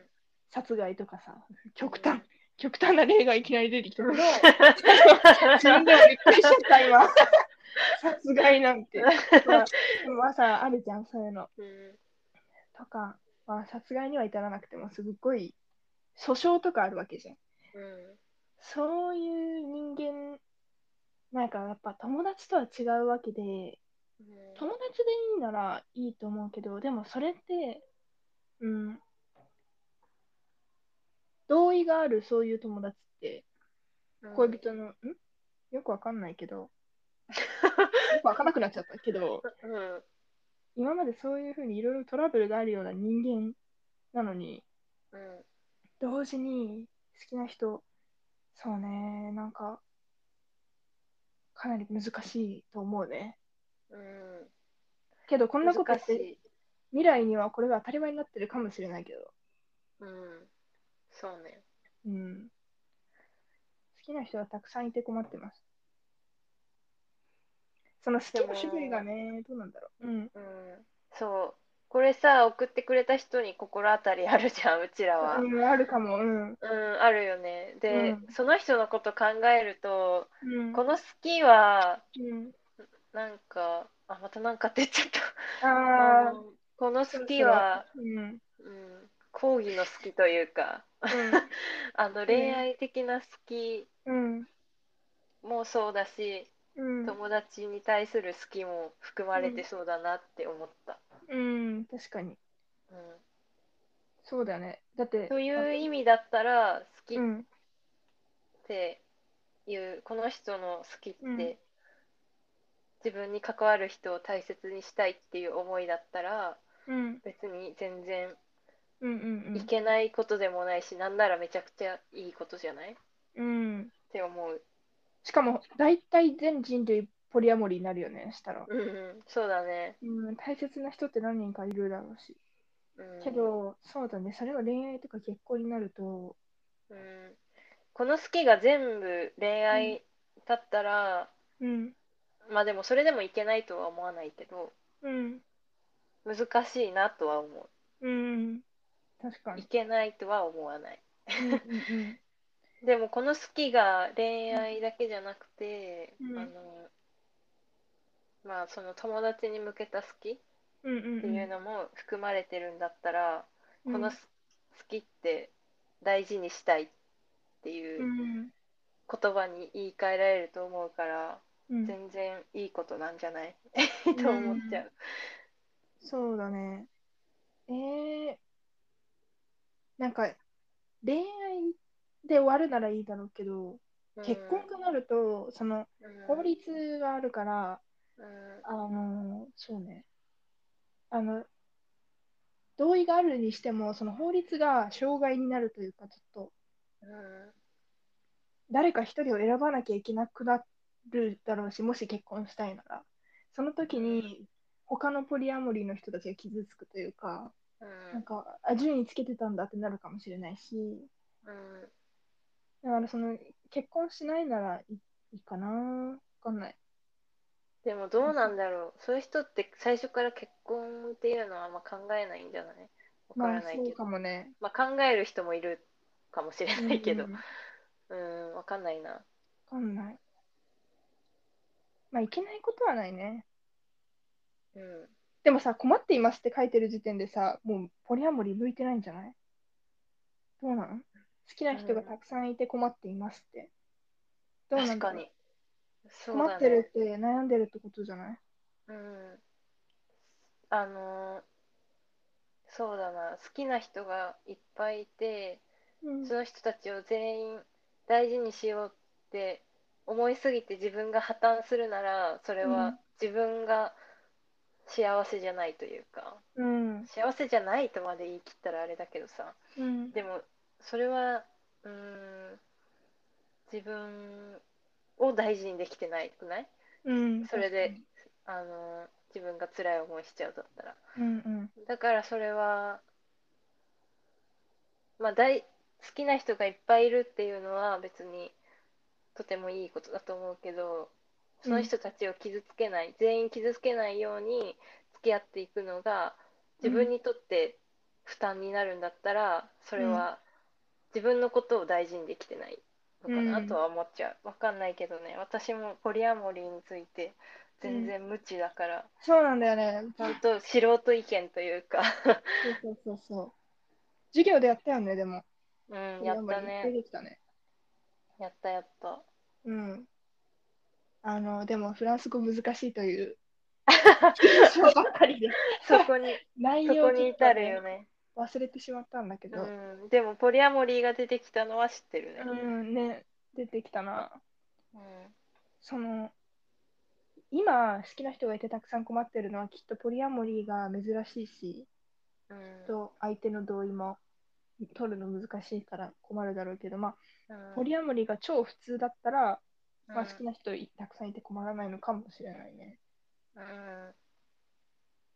Speaker 1: 殺害とかさ極端、極端な例がいきなり出てきた けど自分でもびっくりしちゃった今 殺害なんて、まあ、でもさあるじゃんそういうの
Speaker 2: うん
Speaker 1: とか、まあ、殺害には至らなくてもすっごい訴訟とかあるわけじゃん
Speaker 2: うん
Speaker 1: そういう人間なんかやっぱ友達とは違うわけで
Speaker 2: うん
Speaker 1: 友達でいいならいいと思うけどでもそれってうん同意があるそういう友達って恋人の、んよくわかんないけどよくわかんなくなっちゃったけど
Speaker 2: うん
Speaker 1: 今までそういうふうにいろいろトラブルがあるような人間なのに
Speaker 2: うん
Speaker 1: 同時に好きな人そうねなんかかなり難しいと思うね
Speaker 2: うん
Speaker 1: けどこんなことっ
Speaker 2: 難してい
Speaker 1: 未来にはこれが当たり前になってるかもしれないけど
Speaker 2: うんそうね
Speaker 1: うん好きな人がたくさんいて困ってます。その好きな種類がね、どうなんだろう。うん。
Speaker 2: うんそうこれさ送ってくれた人に心当たりあるじゃんうちらはうん
Speaker 1: うん、あるかも。うん。
Speaker 2: あるよねで、
Speaker 1: うん
Speaker 2: その人のこと考えると
Speaker 1: うん。
Speaker 2: この好きは
Speaker 1: うん、
Speaker 2: なんかあまたなんかって言っちゃった
Speaker 1: ああ、
Speaker 2: うんこの好きは
Speaker 1: うん。うん。
Speaker 2: うん講義の好きというかあの恋愛的な好き
Speaker 1: うん。
Speaker 2: もそうだし
Speaker 1: うん、
Speaker 2: 友達に対する好きも含まれてそうだなって思った。
Speaker 1: うん、確かに。
Speaker 2: うん
Speaker 1: そうだね。だって、
Speaker 2: という意味だったら好きっ
Speaker 1: うん、
Speaker 2: っていうこの人の好きって、
Speaker 1: うん
Speaker 2: 自分に関わる人を大切にしたいっていう思いだったら
Speaker 1: うん、
Speaker 2: 別に全然
Speaker 1: うん、うん
Speaker 2: いけないことでもないし、なんならめちゃくちゃいいことじゃないっ
Speaker 1: うん、うん。
Speaker 2: て思う、
Speaker 1: しかも、大体全人類ポリアモリーになるよね、したら。
Speaker 2: うんうん、そうだね、
Speaker 1: うん、大切な人って何人かいるだろうし。
Speaker 2: うん、
Speaker 1: けど、そうだね、それが恋愛とか結婚になると、
Speaker 2: うん、この好きが全部恋愛だったら、
Speaker 1: うん、
Speaker 2: まあでもそれでもいけないとは思わないけど
Speaker 1: うん、
Speaker 2: 難しいなとは思
Speaker 1: う
Speaker 2: う
Speaker 1: ん、確か
Speaker 2: い
Speaker 1: に。
Speaker 2: けないとは思わない
Speaker 1: うんうん
Speaker 2: でもこの好きが恋愛だけじゃなくて、
Speaker 1: うん
Speaker 2: あのまあその友達に向けた好きっ
Speaker 1: うん、うん、
Speaker 2: ていうのも含まれてるんだったら、
Speaker 1: うん、、
Speaker 2: このす好きって大事にしたいっていうううん言葉に言い換えられると思うから、
Speaker 1: うん、
Speaker 2: 全然いいことなんじゃない と思っちゃう。
Speaker 1: そうだね。えー、なんか恋愛で終わるならいいだろうけど、結婚となるとその
Speaker 2: うん
Speaker 1: 法律があるから、
Speaker 2: うん
Speaker 1: あのそうねあの同意があるにしてもその法律が障害になるというかちょっと
Speaker 2: うん
Speaker 1: 誰か一人を選ばなきゃいけなくなるだろうしもし結婚したいならその時に他のポリアモリーの人たちが傷つくというか。
Speaker 2: う
Speaker 1: なん
Speaker 2: ん
Speaker 1: か、あ、順位つけてたんだってなるかもしれないし、
Speaker 2: うん
Speaker 1: だからその、結婚しないならいいいかな、わかんない。
Speaker 2: でもどうなんだろうそういう人って最初から結婚っていうのはあんま考えないんじゃないわか
Speaker 1: ま
Speaker 2: ら
Speaker 1: あ、
Speaker 2: ない
Speaker 1: そう
Speaker 2: けど、
Speaker 1: かもね。
Speaker 2: まあ、考える人もいるかもしれないけど
Speaker 1: うんわ
Speaker 2: うんわかんないな
Speaker 1: かんない。まあ、いけないことはないね。
Speaker 2: うん
Speaker 1: でもさ、困っていますって書いてる時点でさ、もうポリアモリー向いてないんじゃないどうなん好きな人がたくさんいて困っていますって。どうなんだ
Speaker 2: 確か
Speaker 1: ろう
Speaker 2: にそう
Speaker 1: 困
Speaker 2: だ
Speaker 1: ってる
Speaker 2: ね
Speaker 1: って悩んでるってことじゃない
Speaker 2: うんあのーそうだな好きな人がいっぱいいて
Speaker 1: うん
Speaker 2: その人たちを全員大事にしようって思いすぎて自分が破綻するならそれ
Speaker 1: う
Speaker 2: は
Speaker 1: ん
Speaker 2: 自分が幸せじゃないというか、
Speaker 1: うん。
Speaker 2: 幸せじゃないとまで言い切ったらあれだけどさ
Speaker 1: うん。
Speaker 2: でもそれはうーん自分を大事にできてないくない
Speaker 1: うん。
Speaker 2: それであの自分が辛い思いしちゃうだったら
Speaker 1: 確かに。うんうん。
Speaker 2: だからそれはまあ大好きな人がいっぱいいるっていうのは別にとてもいいことだと思うけどその人たちを傷つけない、全員傷つけないように付き合っていくのが自分にとって負担になるんだったら、それは自分のことを大事にできてないのかな
Speaker 1: うん
Speaker 2: とは思っちゃうわかんないけどね私もポリアモリーについて全然無知だから、
Speaker 1: そうなんだよね。
Speaker 2: ちゃんと素人意見というか。
Speaker 1: そうそうそうそう。授業でやったよね、でも。
Speaker 2: うん、やった
Speaker 1: 出
Speaker 2: ね。
Speaker 1: てきたね。
Speaker 2: やったやった。
Speaker 1: うん。あの、でも、フランス語難しいと いう。ばっかりで。
Speaker 2: そこ に、
Speaker 1: 内
Speaker 2: そ
Speaker 1: 容
Speaker 2: こ
Speaker 1: を
Speaker 2: に至るよね。
Speaker 1: 忘れてしまったんだけど。
Speaker 2: うん、でもポリアモリーが出てきたのは知ってるね。
Speaker 1: うん、ね、出てきたな。
Speaker 2: うん、
Speaker 1: その、今、好きな人がいてたくさん困ってるのは、きっとポリアモリーが珍しいし、
Speaker 2: うん、
Speaker 1: と相手の同意も取るの難しいから困るだろうけど、まあ、
Speaker 2: うん
Speaker 1: ポリアモリーが超普通だったら、まあ、好き
Speaker 2: な。
Speaker 1: な人いたくさんいて困らないのかもしれないね。
Speaker 2: うん、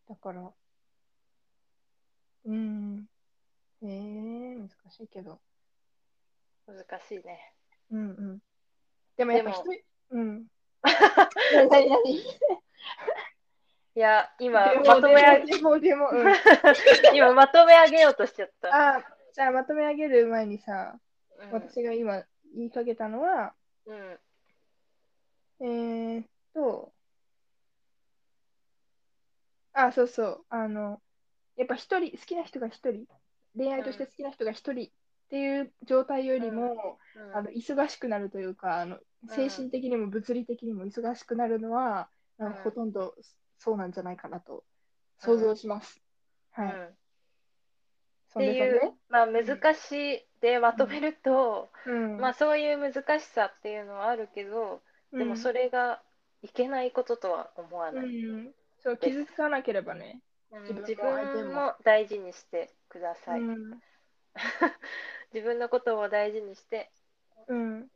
Speaker 1: だから、うん。えー、難しいけど。
Speaker 2: 難しいね。
Speaker 1: うんうん。でもやっぱ
Speaker 2: で
Speaker 1: 一
Speaker 2: も
Speaker 1: 人、 うん。何何何
Speaker 2: いや、今
Speaker 1: でも
Speaker 2: まとめ あげ、
Speaker 1: でもでも、うん。
Speaker 2: 今まとめ上げようとしちゃった。
Speaker 1: あじゃあまとめ上げる前にさ、
Speaker 2: うん、
Speaker 1: 私が今言いかけたのは、
Speaker 2: うん、
Speaker 1: えー、っと、あ、そうそう、あの、やっぱ一人、好きな人が一人、恋愛として好きな人が一人っていう状態よりも、
Speaker 2: うん
Speaker 1: あの忙しくなるというかあの精神的にも物理的にも忙しくなるのは、なんか
Speaker 2: うん
Speaker 1: ほとんどそうなんじゃないかなと想像します。はい、
Speaker 2: うんっ
Speaker 1: そん
Speaker 2: て
Speaker 1: で
Speaker 2: いう、
Speaker 1: そんで
Speaker 2: まあ、難しいでまとめると、
Speaker 1: うん
Speaker 2: まあ、そういう難しさっていうのはあるけど、でもそ
Speaker 1: れ、
Speaker 2: れがいけないこととは思わ
Speaker 1: う
Speaker 2: ない、
Speaker 1: ん、そう傷つかなければね。
Speaker 2: うん自
Speaker 1: 自分も相手も
Speaker 2: 分も大事にしてください、
Speaker 1: うん
Speaker 2: 自分のことを大事にして
Speaker 1: うん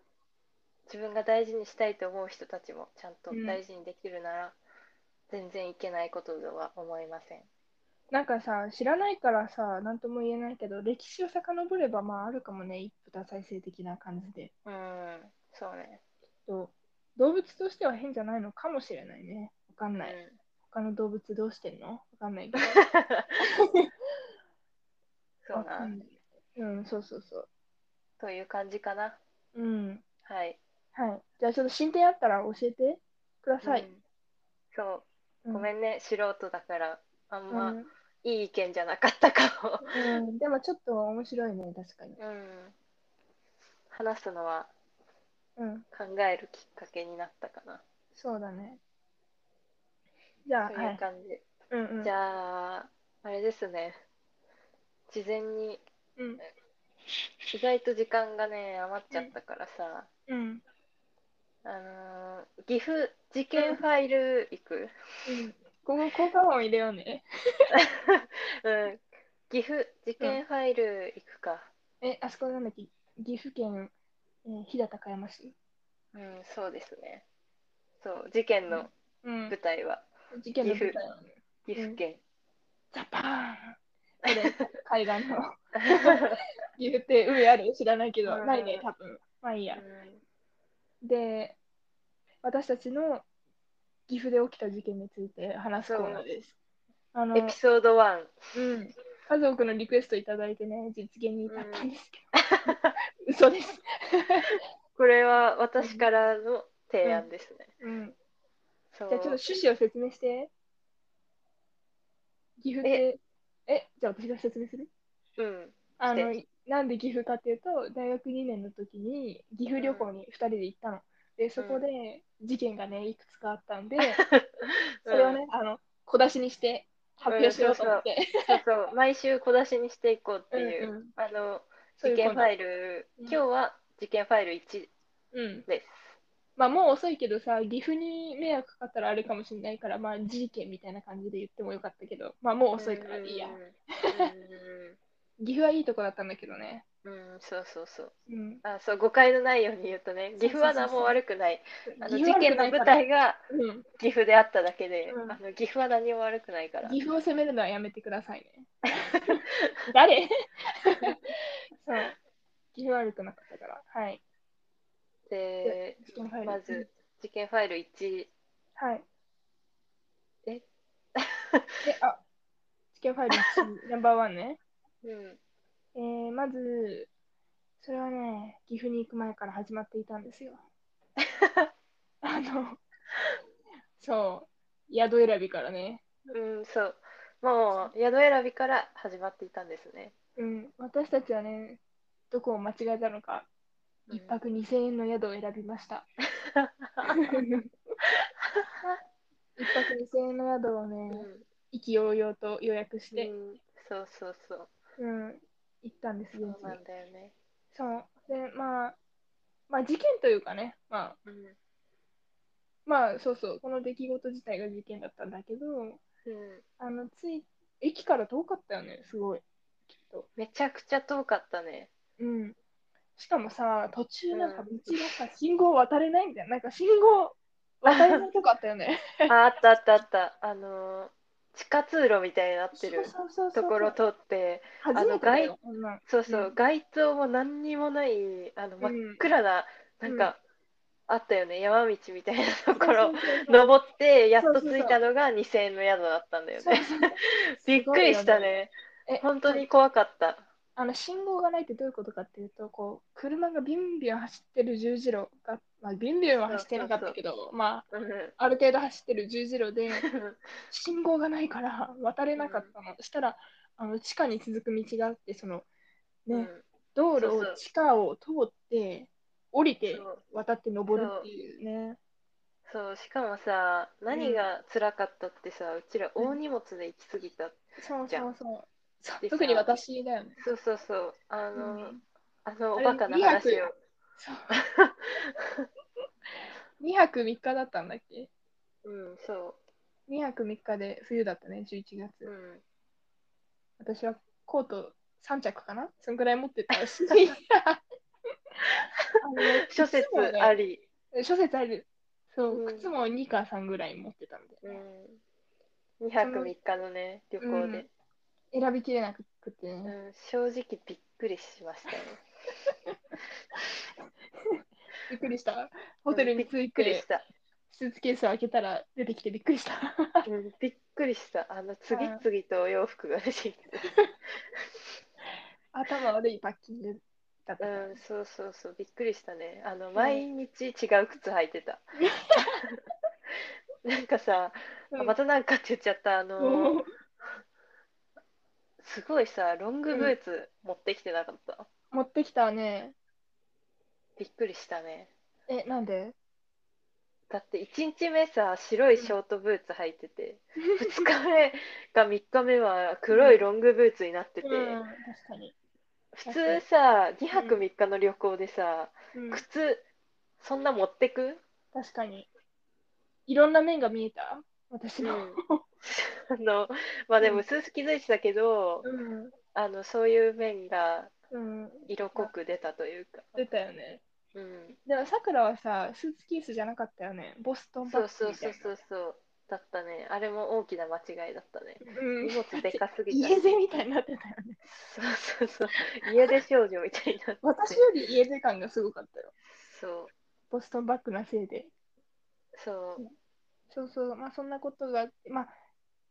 Speaker 2: 自分が大事にしたいと思う人たちもちゃんと
Speaker 1: うん
Speaker 2: 大事にできるなら、全然いけないこととは思いません
Speaker 1: なんかさ、知らないからさ、なんとも言えないけど、歴史を遡れば、まあ、あるかもね、一夫多妻制的な感じで。
Speaker 2: うんそうね、
Speaker 1: と動物としては変じゃないのかもしれないね。わかんない。
Speaker 2: うん
Speaker 1: 他の動物どうしてんのわかんないけど。
Speaker 2: そう
Speaker 1: わか
Speaker 2: なん
Speaker 1: ないうん、そうそうそ
Speaker 2: という感じかな
Speaker 1: う。うん。
Speaker 2: はい、
Speaker 1: はい。じゃあ、ちょっと進展あったら教えてくださ
Speaker 2: う
Speaker 1: い。
Speaker 2: んそううごめ
Speaker 1: ん。
Speaker 2: んね、素人だからあんま
Speaker 1: うん
Speaker 2: いい意見じゃなかったかも、
Speaker 1: うん、でもちょっと面白いね、確かに。
Speaker 2: うん、話すのは
Speaker 1: うん、
Speaker 2: 考えるきっかけになったかな
Speaker 1: そうだね。じゃあ、
Speaker 2: と
Speaker 1: は
Speaker 2: いう
Speaker 1: い。
Speaker 2: 感じ、
Speaker 1: うんうん
Speaker 2: じゃああれですね事前に
Speaker 1: うん
Speaker 2: 意外と時間がね余っちゃったからさ、
Speaker 1: うん
Speaker 2: あのー岐阜事件ファイル行く、
Speaker 1: うんここ効果音入れようね。
Speaker 2: うん、岐阜事件ファイル行くか
Speaker 1: え、あそこなんだっけ岐阜県、えー飛騨高山市。
Speaker 2: うん、そうですねそう事件の
Speaker 1: うん
Speaker 2: 舞。台は
Speaker 1: 事件の舞台のね
Speaker 2: 岐阜県、
Speaker 1: ザパ ーンこれ、海岸の。 岐阜って海ある知らないけど、
Speaker 2: うん
Speaker 1: ないね、多分。まあいいや。で、私たちの岐阜で起きた事件について話すコーナーです。あ
Speaker 2: う
Speaker 1: の、
Speaker 2: んエピソード1
Speaker 1: うん、家族のリクエストいただいてね、実現に至ったんですけ ど。嘘です。
Speaker 2: これは私からの提案ですね、
Speaker 1: うん
Speaker 2: そう
Speaker 1: じゃあちょっと趣旨を説明して。岐阜で、えじゃあ私が説明する
Speaker 2: うん
Speaker 1: あの
Speaker 2: し、
Speaker 1: なんで岐阜かっていうと、大学2年の時に岐阜旅行に2人で行ったの。で、そこで事件がね、いくつかあったんで、それをね、あの、小出しにして発表しようと思って。
Speaker 2: そうそう毎週小出しにしていこうっていう、
Speaker 1: うんうん
Speaker 2: あの
Speaker 1: そうい
Speaker 2: 事
Speaker 1: うコー
Speaker 2: 件フ
Speaker 1: ナー
Speaker 2: ァイル、
Speaker 1: うん
Speaker 2: 今日は事件ファイル1
Speaker 1: うん。
Speaker 2: です
Speaker 1: まあもう遅いけどさ、岐阜に迷惑かかったらあれかもしれないから、まあ事件みたいな感じで言ってもよかったけど、まあもう遅いからいいや
Speaker 2: うん。うん
Speaker 1: 岐阜はいいとこだったんだけどね。
Speaker 2: うん、そうそうそう
Speaker 1: うん。
Speaker 2: あそう誤解のないように言うとね岐阜は何も悪くないあの
Speaker 1: 岐
Speaker 2: 事
Speaker 1: 阜悪
Speaker 2: 件
Speaker 1: くな
Speaker 2: の
Speaker 1: いか
Speaker 2: 舞
Speaker 1: ら
Speaker 2: 台が
Speaker 1: うん。
Speaker 2: 岐阜であっただけで、
Speaker 1: うん
Speaker 2: あの岐阜は何も悪くないから
Speaker 1: 岐阜を責めるのはやめてくださいね。 誰 そう。岐阜悪くなかったから。はい。
Speaker 2: で
Speaker 1: 事件ファイル
Speaker 2: まず事件ファイル1
Speaker 1: はい。
Speaker 2: え
Speaker 1: で、あ、事件ファイル1、ナンバー ワンね。
Speaker 2: うん
Speaker 1: えー、まず、それはね、岐阜に行く前から始まっていたん ですよ。あの、そう、宿選びからね。
Speaker 2: うん、そう。もう宿選びから始まっていたんですね。
Speaker 1: うん、私たちはね、どこを間違えたのか、一泊2000円の宿を選びま した。一泊2000円の宿を
Speaker 2: う
Speaker 1: ね
Speaker 2: ん、
Speaker 1: 意気揚々と予約し
Speaker 2: う
Speaker 1: て、
Speaker 2: ん、そうそうそ
Speaker 1: う
Speaker 2: う。
Speaker 1: ん、行ったんです
Speaker 2: そ
Speaker 1: よ
Speaker 2: う。なんだよね。
Speaker 1: そう。で、まあ、まあ事件というかね、まあ、
Speaker 2: うん。
Speaker 1: まあそうそう、この出来事自体が事件だったんだけど、
Speaker 2: うん、
Speaker 1: あの、つい、駅から遠かったよね、すごい。きっと。
Speaker 2: めちゃくちゃ遠かっ たね。
Speaker 1: うん。しかもさ、途中なんか
Speaker 2: う
Speaker 1: 道がさ、信号渡れないみたいな、なんか信号渡れないとこあったよ ね。
Speaker 2: あ、あったあったあった。あのー地下通路みたいになってる
Speaker 1: そうそうそうそう
Speaker 2: ところ通って、
Speaker 1: 初めてだよ、こんなん
Speaker 2: そうそう、
Speaker 1: うん
Speaker 2: 街灯も何にもない、あの、真っ暗な、なんか、あったよね、山道みたいなところ。登って、やっと着いたのが2000円の宿だったんだよ
Speaker 1: そう
Speaker 2: ね。
Speaker 1: そうそう
Speaker 2: びっくりしたね。
Speaker 1: え
Speaker 2: 本当に怖かった。
Speaker 1: あの信号がないってどういうことかっていうとこう車がビュンビュン走ってる十字路が、まあ、ビュンビュンは走ってなかったけどま
Speaker 2: うん
Speaker 1: あある程度走ってる十字路で信号がないから渡れなかったの、そしたらあの地下に続く道があってそのね、
Speaker 2: うん
Speaker 1: 道路
Speaker 2: そうそ
Speaker 1: を
Speaker 2: う
Speaker 1: 地下を通って降りて
Speaker 2: そう
Speaker 1: 渡って登るっていうね
Speaker 2: そうしかもさ何が辛かったってさ、うちら大荷物で行き過ぎた、
Speaker 1: そう
Speaker 2: じゃ
Speaker 1: そ
Speaker 2: ん
Speaker 1: うそうそう
Speaker 2: でさ
Speaker 1: 特に私だよね
Speaker 2: そうそうそうあ
Speaker 1: う
Speaker 2: の、
Speaker 1: ん
Speaker 2: あの
Speaker 1: あ
Speaker 2: お
Speaker 1: れ
Speaker 2: バカな
Speaker 1: リアク
Speaker 2: 話を
Speaker 1: そう2泊3日だったんだっけ
Speaker 2: うんそ
Speaker 1: 2泊3日で冬だったね11月
Speaker 2: ううん
Speaker 1: 私はコート3着かなそんぐらい持ってた し
Speaker 2: 諸説あり、
Speaker 1: り諸説あるそう、
Speaker 2: うん
Speaker 1: 靴も2か3ぐらい持ってたんで、
Speaker 2: うん、2泊3日のね旅行で、
Speaker 1: 選びきれなくてね、
Speaker 2: うん正直びっくりしましたね
Speaker 1: びっくりしたホテルに着い
Speaker 2: びっくり
Speaker 1: て
Speaker 2: し、た、
Speaker 1: スーツケースを開けたら出てきてびっくりした。
Speaker 2: うん、びっくりしたあの次々とお洋服が出てきて
Speaker 1: 頭悪いパッキングだった。
Speaker 2: うん、そうそうそう、びっくりしたね。あの、毎日違う靴履いてた。なんかさ、あまたなんかって言っちゃった、あの、
Speaker 1: うん
Speaker 2: すごいさ、ロングブーツ持ってきてなかった。
Speaker 1: 持ってきたね。
Speaker 2: びっくりしたね。
Speaker 1: え、なんで
Speaker 2: だって1日目さ、白いショートブーツ履いてて、2日目か3日目は黒いロングブーツになってて、
Speaker 1: うん、確かに。
Speaker 2: 普通さ、2泊3日の旅行でさ、靴、そんな持ってく
Speaker 1: 確かに。いろんな面が見えた私 の。
Speaker 2: うんあのまあでも薄々気づいてたけど、
Speaker 1: うん。
Speaker 2: あのそういう面が
Speaker 1: うん。
Speaker 2: 色濃く出たというか、
Speaker 1: 出たよね。
Speaker 2: うん、
Speaker 1: でも、さくらはさ、スーツケースじゃなかったよね。ボストンバ
Speaker 2: そ
Speaker 1: ッグ
Speaker 2: うそう
Speaker 1: みた
Speaker 2: そ
Speaker 1: いうな。
Speaker 2: そうそうだったねあれも大きな間違いだったね
Speaker 1: うん
Speaker 2: 荷物でかすぎた
Speaker 1: 家出みたいになってたよね。
Speaker 2: そうそうそう家出少女みたいになって
Speaker 1: 私より家出感がすごかったよ。
Speaker 2: そう
Speaker 1: ボストンバッグなせいで。
Speaker 2: そう
Speaker 1: そうそう、まあそんなことがあって、まあ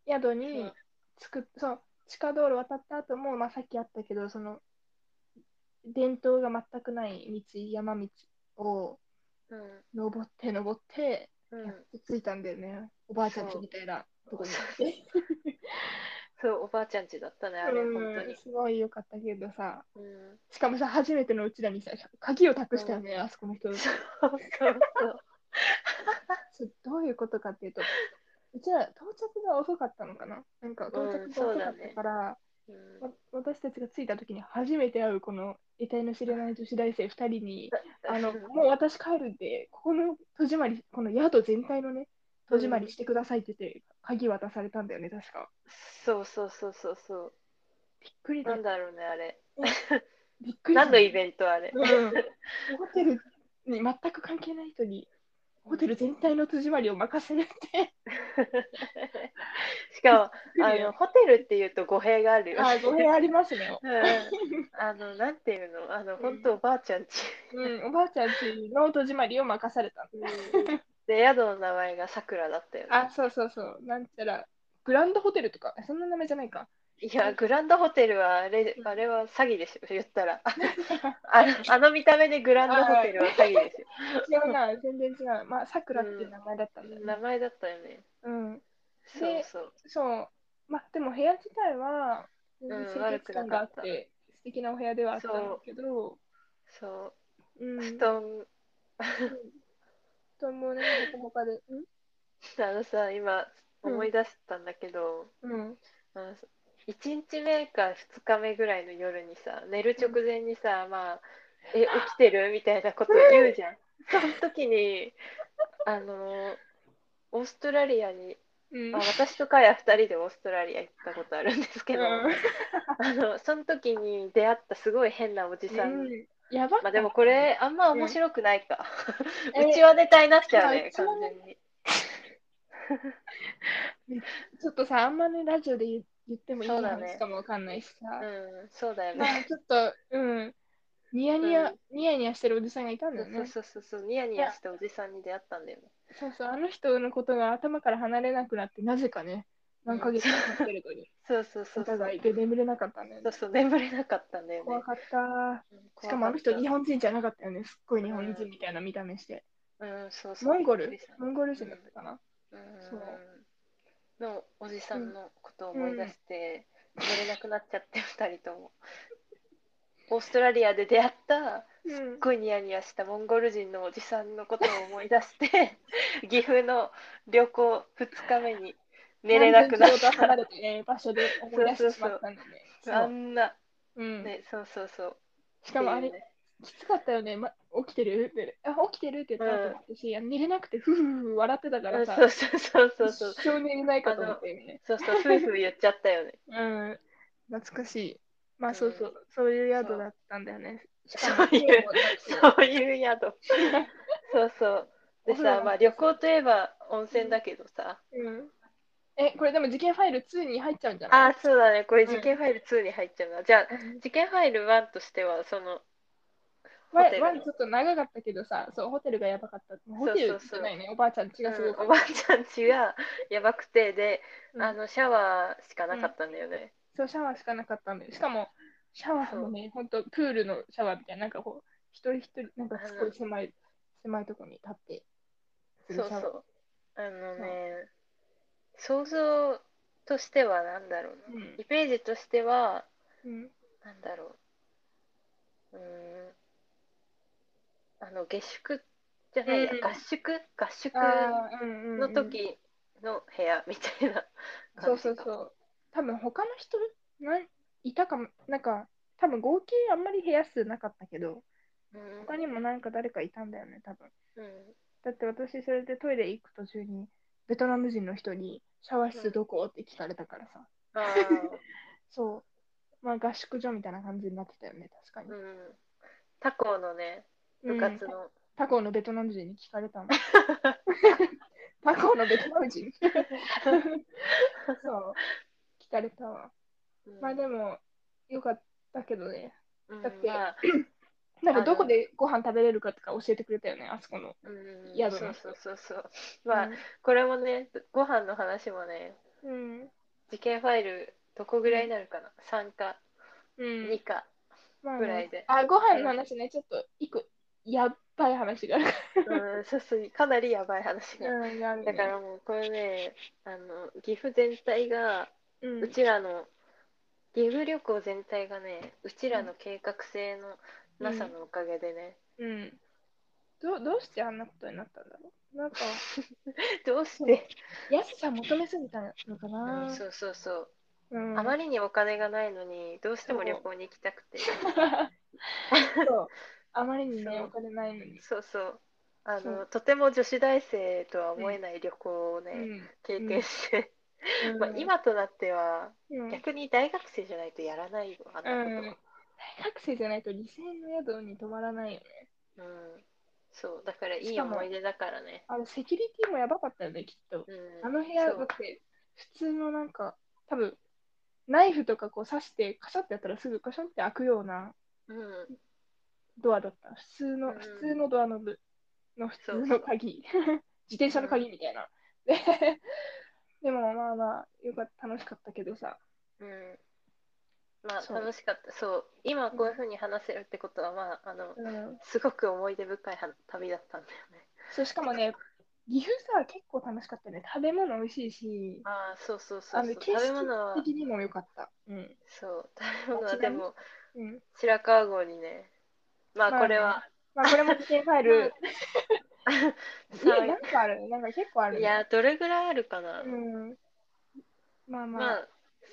Speaker 1: 宿
Speaker 2: う
Speaker 1: に
Speaker 2: ん
Speaker 1: つく、そう、地下道路渡った後も、まあさっきあったけど、その、伝統が全くない道、山道を
Speaker 2: うん
Speaker 1: 登って登って、
Speaker 2: う
Speaker 1: や
Speaker 2: ん
Speaker 1: っと着いたんだよね。おばあちゃんちみたいなとこに行って。
Speaker 2: そうおばあちゃん家だったねあれ
Speaker 1: うん
Speaker 2: 本当に、
Speaker 1: すごい良かったけどさ、
Speaker 2: うん、
Speaker 1: しかもさ、初めてのうちらにさ、鍵を託したよね、あそこの人。
Speaker 2: そうそうそう
Speaker 1: そうどういうことかっていうと、うちら到着が遅かったのかななんか到着が
Speaker 2: うん
Speaker 1: 遅か
Speaker 2: そう
Speaker 1: った
Speaker 2: だね
Speaker 1: から、
Speaker 2: うん
Speaker 1: わ私たちが着いた時に初めて会うこの得体の知れない女子大生2人に「 あのもう私帰るんでここの戸締まりこの宿全体のね戸締まりしてください」って言って鍵渡されたんだよね確か
Speaker 2: そうそうそうそうそう
Speaker 1: びっくりだ
Speaker 2: なんだろうねあれ
Speaker 1: びっくり
Speaker 2: 何のイ
Speaker 1: ベ
Speaker 2: ベントあれ
Speaker 1: うん、ホテルに全く関係ない人にホテル全体の戸締まりを任せるって
Speaker 2: しかもあのホテルっていうと語弊があるよ。
Speaker 1: あ語弊ありますね、
Speaker 2: うんあのなんていうのあの本当おばあちゃんち、
Speaker 1: うん、おばあちゃんちの戸締まりを任された
Speaker 2: で宿の名前がさくらだったよ、ね。
Speaker 1: あそうそうそうなんちゃらグランドホテルとかそんな名前じゃない か
Speaker 2: いやグランドホテルはあれあれは詐欺でしょ言った らあのあの見た目でグランドホテルは詐欺でし
Speaker 1: 違うな、全然違う。まあ、さくらっていう名前だったんだよ
Speaker 2: ょ。
Speaker 1: ね
Speaker 2: 名。前だったよね。
Speaker 1: うん。
Speaker 2: そう
Speaker 1: で
Speaker 2: そう。
Speaker 1: そう。まあ、でも部屋自体は、
Speaker 2: ん
Speaker 1: 清潔感があっ
Speaker 2: 悪くな
Speaker 1: て、素敵なお部屋ではあったんだけど、
Speaker 2: そうう。
Speaker 1: ん。
Speaker 2: 布
Speaker 1: 布
Speaker 2: 団、
Speaker 1: 団もね、ほかほかで。ん
Speaker 2: あのさ今
Speaker 1: うん
Speaker 2: 思い出したんだけど、
Speaker 1: うん。
Speaker 2: あの1日目か2日目ぐらいの夜にさ寝る直前にさ、まあ「え起きてる?」みたいなこと言うじゃん。その時にあのオーストラリアに、
Speaker 1: うん
Speaker 2: まあ、私とカヤ2人でオーストラリア行ったことあるんですけど、
Speaker 1: うん
Speaker 2: あのその時に出会ったすごい変なおじさん、
Speaker 1: うんやば
Speaker 2: まあでもこれあんま面白くないか、うち
Speaker 1: は
Speaker 2: はネタになっちゃう
Speaker 1: まあ
Speaker 2: ね
Speaker 1: 一
Speaker 2: 完
Speaker 1: 番
Speaker 2: 全に
Speaker 1: ちょっとさ、あんまね、ラジオで言言ってもいい
Speaker 2: そうだね
Speaker 1: 話かもわかんないしさ。
Speaker 2: うんそうだよ
Speaker 1: ま
Speaker 2: ね
Speaker 1: あ、ちょっと、うん。ニヤニヤ
Speaker 2: う、
Speaker 1: ニヤニヤしてるおじさんがいたんだ
Speaker 2: そ
Speaker 1: よね
Speaker 2: う。そうそうそうニヤニヤしたおじさんに出会ったんだよね
Speaker 1: そうそう、あの人のことが頭から離れなくなって、なぜかね、何ヶ月も経ってるのに、
Speaker 2: そうそうそ
Speaker 1: お
Speaker 2: うそう
Speaker 1: 互いで眠れなかったんだよ
Speaker 2: そ
Speaker 1: ね
Speaker 2: う。そう、眠れなかったんだよね。
Speaker 1: 怖かった。
Speaker 2: うん
Speaker 1: しかもあの人、日。
Speaker 2: 怖
Speaker 1: 本人じゃなかったよね。すっごい日本人みたいな見た目して。
Speaker 2: たうん、そうそう。
Speaker 1: モンゴ
Speaker 2: び
Speaker 1: ル
Speaker 2: っくりした
Speaker 1: モンゴル人だったかな。
Speaker 2: うん
Speaker 1: そう
Speaker 2: のおじさんのことを思い出して、寝れなくなっちゃって、二人とも。オーストラリアで出会った
Speaker 1: うん
Speaker 2: すっごいニヤニヤしたモンゴル人のおじさんのことを思い出して岐阜の旅行2日目に寝れなくなっ
Speaker 1: 完全にちょうど離
Speaker 2: た
Speaker 1: れて、えー場所で思い出してしまったんだね。
Speaker 2: あ
Speaker 1: そうん
Speaker 2: な、
Speaker 1: うん
Speaker 2: ね、そうそうそう
Speaker 1: しかもあ
Speaker 2: っていう
Speaker 1: れ、
Speaker 2: ね
Speaker 1: きつかったよね。ま、起きてるってあ起きてるって言ったらと思って私、あの寝れなくて、ふふふ笑ってたか
Speaker 2: う
Speaker 1: ら
Speaker 2: ん
Speaker 1: さ、
Speaker 2: そうそうそうそうそう
Speaker 1: 一生寝れないかと思ってね。
Speaker 2: そうそう夫婦言っちゃったよね
Speaker 1: うん、懐かしい。ま
Speaker 2: う
Speaker 1: あ
Speaker 2: ん
Speaker 1: そうそう、そういう宿だったんだよね。しかも
Speaker 2: そういうそういう宿そうそうで
Speaker 1: お風呂
Speaker 2: さ、
Speaker 1: が
Speaker 2: まあ、旅行といえば温泉だけどさ、
Speaker 1: うん、え、これでも事件ファイル2に入っちゃうんじゃない
Speaker 2: ああそうだねこれ
Speaker 1: うん
Speaker 2: 事件ファイル2に入っちゃうな、じゃあ事件ファイル1としてはその
Speaker 1: ワ
Speaker 2: ホテ
Speaker 1: ン
Speaker 2: ル
Speaker 1: ワンちょっと長かったけどさ、そう、ホテルがやばかった。ホテルじゃないね、おばあちゃん血がすご
Speaker 2: う
Speaker 1: か
Speaker 2: んお
Speaker 1: っ
Speaker 2: ばあちゃんちがやばくてで、
Speaker 1: た。
Speaker 2: あ
Speaker 1: うん
Speaker 2: のシャワーしかなかったんだよね、
Speaker 1: そう、シャワーしかなかったんで、しかも、シャワーもね、ほんと、プールのシャワーみたいな、なんかこう、一人一人、なんかすごい狭い、狭いとこに立って、する
Speaker 2: そう
Speaker 1: シャ
Speaker 2: そ
Speaker 1: ワー。
Speaker 2: うあのね、想像としては何だろうな、
Speaker 1: うん
Speaker 2: イメージとしては
Speaker 1: うん
Speaker 2: 何だろううーんあの下宿じゃないや、
Speaker 1: うん
Speaker 2: 合宿合宿
Speaker 1: あーうんうんうん
Speaker 2: の時の部屋みたいな
Speaker 1: そ
Speaker 2: 感
Speaker 1: う
Speaker 2: じ
Speaker 1: そう
Speaker 2: か
Speaker 1: そう。多分他の人なんいたかも、なんか、多分合計あんまり部屋数なかったけど、
Speaker 2: うん
Speaker 1: 他にもなんか誰かいたんだよね、多分。
Speaker 2: うん
Speaker 1: だって私、それでトイレ行く途中に、ベトナム人の人に、シャワー室どこって聞かれたからさ。
Speaker 2: ああ、
Speaker 1: そう。まあ合宿所みたいな感じになってたよね、確かに
Speaker 2: う。ん、他校のね部活
Speaker 1: うん
Speaker 2: の、
Speaker 1: 他校のベトナム人に聞かれ たの。他校のベトナム人 そう。聞かれたわ。まあでも、よかったけどね。
Speaker 2: うん
Speaker 1: だって
Speaker 2: まあ
Speaker 1: なんかどこでご飯食べれるかとか教えてくれたよね、あそこの。
Speaker 2: うん、
Speaker 1: 宿
Speaker 2: そう
Speaker 1: の
Speaker 2: そうそうそうまあ、これもねご飯の話もね
Speaker 1: うん。
Speaker 2: 事件ファイルどこぐらいになるかな、3か
Speaker 1: うん。
Speaker 2: 2か、
Speaker 1: まあ
Speaker 2: ぐらいで
Speaker 1: あ、ご飯の話ね、ちょっと一個やっばい話があるか
Speaker 2: うん、そうそうかなりやばい話が、
Speaker 1: ら。うん、があるね
Speaker 2: だからもうこれねあの岐阜全体が、
Speaker 1: う。
Speaker 2: うんちらの岐阜旅行全体がねうちらの計画性のなさのおかげでね、
Speaker 1: うん。どどうしてあんなことになったんだろうなんか、
Speaker 2: どうして、
Speaker 1: 安さ求めすぎたのか
Speaker 2: う
Speaker 1: な。
Speaker 2: ん、そうそうそう
Speaker 1: うん
Speaker 2: あま りにお金がないのにどうしても旅行に行きたくて
Speaker 1: そうあまりにね、
Speaker 2: そう
Speaker 1: お金ないのに。
Speaker 2: そうそうあ
Speaker 1: そ
Speaker 2: の
Speaker 1: う
Speaker 2: とても女子大生とは思えない旅行をね、経験して、
Speaker 1: うん
Speaker 2: まあ、、今となっては
Speaker 1: うん、大
Speaker 2: 逆に大学生じゃないとやらないよあんなことは、
Speaker 1: 学生じゃないと理性の宿に泊まらないよね。
Speaker 2: うんそうだからい
Speaker 1: し
Speaker 2: い
Speaker 1: かも
Speaker 2: 思い出だからね、
Speaker 1: あの、セキュリティもやばかったよね、きっと。
Speaker 2: うん、
Speaker 1: あの部屋だ
Speaker 2: そう
Speaker 1: って普通のなんか多分ナイフとかこう刺してカシャってやったらすぐカシャンって開くような
Speaker 2: うん
Speaker 1: ドアだった普通の、
Speaker 2: うん
Speaker 1: 普通のドアノブの普通の鍵自転車の鍵みたい な、ででもまあまあよかった楽しかったけどさ
Speaker 2: うんまあ
Speaker 1: そう
Speaker 2: 楽しかったそう今こういうふうに話せるってことはまああの
Speaker 1: うん
Speaker 2: すごく思い出深いは旅だったんだよね
Speaker 1: そうしかもね岐阜さ結構楽しかったね食べ物美味しいし
Speaker 2: ああそうそうそ
Speaker 1: あ
Speaker 2: うそ
Speaker 1: の
Speaker 2: う
Speaker 1: 景
Speaker 2: 食べ物
Speaker 1: 色
Speaker 2: は
Speaker 1: 的にも良かったうん
Speaker 2: そう食べ物は
Speaker 1: 間違
Speaker 2: で
Speaker 1: いない
Speaker 2: も
Speaker 1: うん
Speaker 2: 白川郷にねま
Speaker 1: ま
Speaker 2: あ
Speaker 1: あ
Speaker 2: これは、
Speaker 1: まあこれも危険ファイ ル
Speaker 2: さ
Speaker 1: 家何かあるなんか結構あるね
Speaker 2: いやどれぐらいあるかな、
Speaker 1: うんまあまあ、
Speaker 2: まあ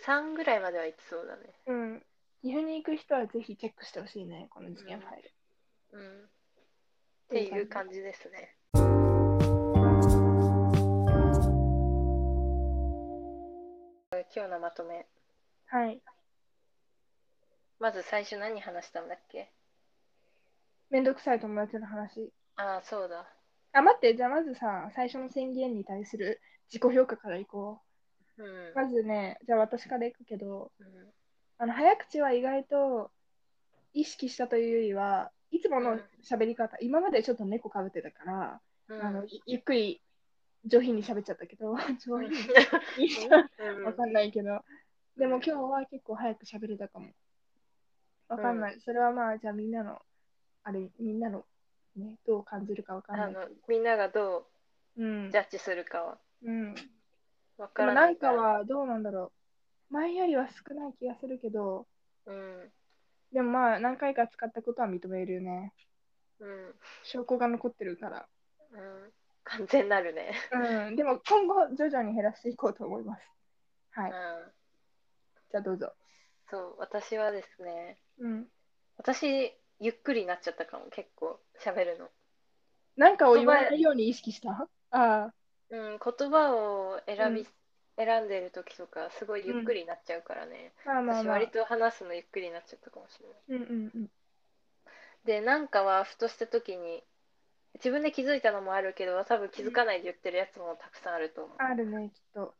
Speaker 2: 3ぐらいまではいきそうだね
Speaker 1: うん。岐阜に行く人はぜひチェックしてほしいね、この事件ファイル。
Speaker 2: うんっていう感じですね今日のまとめ
Speaker 1: はい。
Speaker 2: まず最初何話したんだっけ
Speaker 1: めんどくさい友達の話。
Speaker 2: ああそうだ
Speaker 1: あ、待って、じゃあまずさ、最初の宣言に対する自己評価からいこ
Speaker 2: うん、
Speaker 1: う。まずね、じゃあ私からいくけど、
Speaker 2: うん
Speaker 1: あの早口は意外と意識したというよりは、いつもの喋り方、今までちょっと猫かぶってたから、
Speaker 2: うん
Speaker 1: あのいゆっくり上品に喋っちゃったけ ど、上品に
Speaker 2: うん
Speaker 1: わかんないけど、でも今日は結構早く喋れたかも。わかんない。それはまあ、じゃあみんなの、あれ、みんなの、ね、どう感じるかわかん
Speaker 2: あ
Speaker 1: ない。
Speaker 2: のみんながど
Speaker 1: うん
Speaker 2: うジ。ャッジするかは
Speaker 1: うん。で
Speaker 2: わか
Speaker 1: も
Speaker 2: ら
Speaker 1: な
Speaker 2: なんい
Speaker 1: かはどうなんだろう。前よりは少ない気がするけど、
Speaker 2: うん
Speaker 1: でもまあ、何回か使ったことは認めるよね。
Speaker 2: うん、うん、
Speaker 1: 証拠が残ってるから。
Speaker 2: 完全なるね。
Speaker 1: うん、でも今後、徐々に減らしていこうと思います。は
Speaker 2: う
Speaker 1: い
Speaker 2: ん、、
Speaker 1: じゃあどうぞ。
Speaker 2: そう、私はですね、
Speaker 1: うん。
Speaker 2: 私、ゆっくりになっちゃったかも、結構、喋るの。
Speaker 1: なんかを言わないように意識したああ
Speaker 2: うん、言葉を選び、
Speaker 1: うん
Speaker 2: 選んでる時とか、すごいゆっくりになっちゃうからね。
Speaker 1: ー、まあまあ
Speaker 2: 私、
Speaker 1: まあ
Speaker 2: 割。と話すのゆっくりになっちゃったかもしれない。
Speaker 1: うんうんうん。
Speaker 2: でなんかはふとした時に自分で気づいたのもあるけど多分気づかないで言ってるやつもたくさんあると思
Speaker 1: あるね、きっと。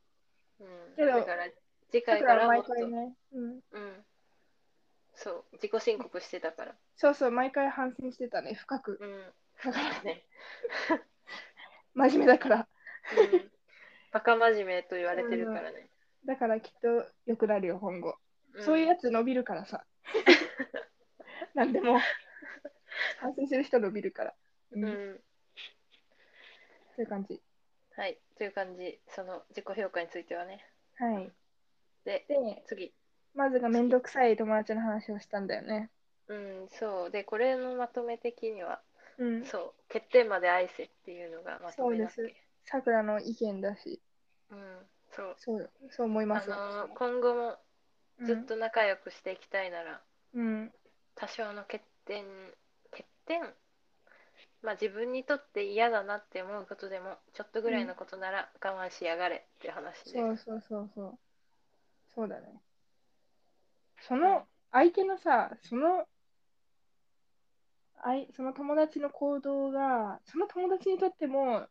Speaker 2: う、うん、
Speaker 1: けど
Speaker 2: だから次
Speaker 1: だ
Speaker 2: 回
Speaker 1: か
Speaker 2: かららも
Speaker 1: 毎
Speaker 2: っと、
Speaker 1: 回ね、うん。
Speaker 2: うん、そう自己申告してたから
Speaker 1: そうそう、毎回反省してたね、深く。
Speaker 2: うんだからね、
Speaker 1: 真面目だから。
Speaker 2: うん、バカ真面目と言われてるからね、
Speaker 1: だからきっと良くなるよ、今後。
Speaker 2: ん
Speaker 1: そういうやつ伸びるから さ。なんでも。反省する人伸びるから。う、
Speaker 2: うんん、
Speaker 1: そういう感じ。
Speaker 2: はいという感じその自己評価についてはね
Speaker 1: はい。
Speaker 2: で
Speaker 1: で、
Speaker 2: 次
Speaker 1: まずがめんどくさい友達の話をしたんだよね。
Speaker 2: うんそうでこれのまとめ的には、
Speaker 1: うん。
Speaker 2: そう欠点まで愛せっていうのがまとめだっけ
Speaker 1: そうでさくらの意見だし、
Speaker 2: うんそう
Speaker 1: そうよ、そう思い
Speaker 2: あ
Speaker 1: ますよ。
Speaker 2: のー今後もずっ
Speaker 1: と。
Speaker 2: と仲良くしていきたいなら、
Speaker 1: うん。
Speaker 2: 多少の欠点欠点まあ自分にとって嫌だなって思うことでもちょっとぐらいのことなら我慢しやがれっていう話です、
Speaker 1: そうそうそうそう。そうだね。その相手のさ、その、あいその友達の行動が、その友達にとっても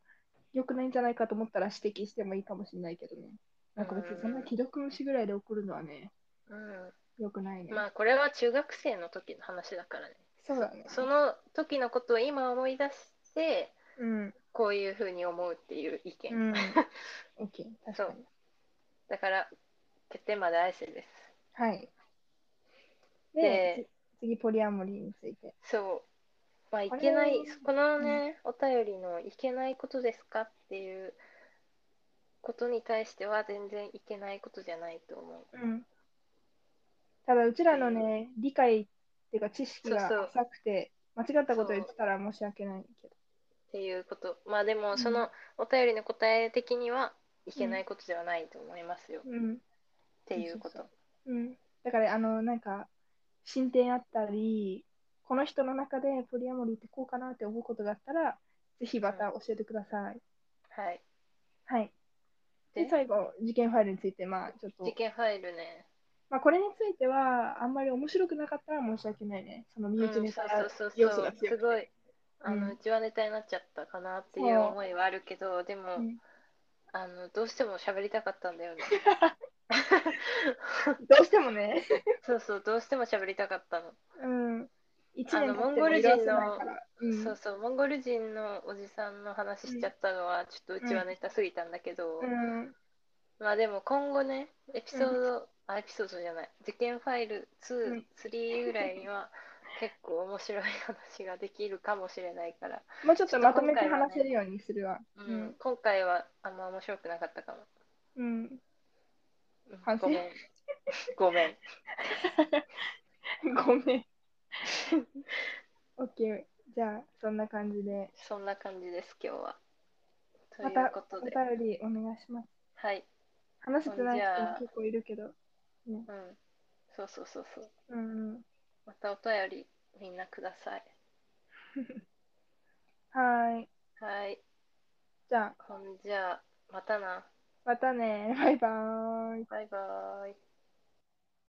Speaker 1: 良くないんじゃないかと思ったら指摘してもいいかもしれないけどね。なんか別にそんな既読無視ぐらいで怒るのはね、
Speaker 2: う
Speaker 1: 良くないね。
Speaker 2: ん、まあこれは中学生の時の話だからね
Speaker 1: そうだね。
Speaker 2: その時のことを今思い出して
Speaker 1: うん。
Speaker 2: こういうふうに思うっていう意見、
Speaker 1: うん。OK。確かに。
Speaker 2: だから欠点まで愛せです
Speaker 1: はい。で、
Speaker 2: で
Speaker 1: つ次、ポリアモリーについて。
Speaker 2: そう。まあ、い
Speaker 1: これ
Speaker 2: けない、このね、お便りのいけないことですかっていうことに対しては全然いけないことじゃないと思う。
Speaker 1: うん。ただ、うちらのね、理解っていうか知識が
Speaker 2: そうそう
Speaker 1: 浅くて、間違ったことを言ってたら申し訳ないけど。
Speaker 2: っていうこと。まあで
Speaker 1: う
Speaker 2: も、
Speaker 1: ん
Speaker 2: そのお便りの答え的にはいけないことではないと思いますよ。っ
Speaker 1: うん。
Speaker 2: ていうこと。
Speaker 1: うん。だから、あの、なんか、進展あったり、この人の中でポリアモリーってこうかなって思うことがあったら、ぜひまた教えてください。
Speaker 2: はい。
Speaker 1: はい。で、
Speaker 2: で、
Speaker 1: 最後、事件ファイルについて、まあ、ちょっと
Speaker 2: 事、件ファイルね。
Speaker 1: まあ、これについては、あんまり面白くなかったら申し訳ないね。その身
Speaker 2: うん、
Speaker 1: 内
Speaker 2: そう
Speaker 1: ネタ
Speaker 2: そうそ
Speaker 1: 要
Speaker 2: う
Speaker 1: 素
Speaker 2: そ
Speaker 1: が
Speaker 2: う。
Speaker 1: 強
Speaker 2: す
Speaker 1: くて。
Speaker 2: ごい。あ
Speaker 1: う
Speaker 2: の、
Speaker 1: ん
Speaker 2: うちはネタになっちゃったかなっていう思いはあるけど、でも、
Speaker 1: うん
Speaker 2: あの、どうしても喋りたかったんだ よね。
Speaker 1: どうしてもね。
Speaker 2: そうそう、どうしても喋りたかったの。
Speaker 1: うん。一
Speaker 2: あの
Speaker 1: 年経っても
Speaker 2: モンゴル人の
Speaker 1: 色褪せないからうん
Speaker 2: そうそう、モンゴル人のおじさんの話しちゃったのは、ちょっとうちはネタすぎたんだけど、
Speaker 1: うん
Speaker 2: まあでも今後ね、エピソード、あ、エピソードじゃない、事件ファイル2、
Speaker 1: うん
Speaker 2: 3ぐらいには、 結構面白い話ができるかもしれないから、
Speaker 1: もうちょっとまとめて話せるようにするわ。
Speaker 2: うん今回はあんま面白くなかったかも。
Speaker 1: うん。 うん
Speaker 2: うん
Speaker 1: 反省
Speaker 2: ごめん。 ごめん。
Speaker 1: ごめん。OK。じゃあ、そんな感じで、
Speaker 2: そんな感じです、今日は。とい
Speaker 1: また
Speaker 2: うこと
Speaker 1: お
Speaker 2: で、
Speaker 1: 便りお願いします。
Speaker 2: はい。
Speaker 1: 話せてない
Speaker 2: じゃあ
Speaker 1: 人結構いるけど。
Speaker 2: うん。そうそうそうそう。
Speaker 1: うん。
Speaker 2: またお便りみんなください。
Speaker 1: はーい。
Speaker 2: はい。
Speaker 1: じゃあ、
Speaker 2: ほんじゃあ、またな。
Speaker 1: またね。バイバーイ。
Speaker 2: バイバーイ。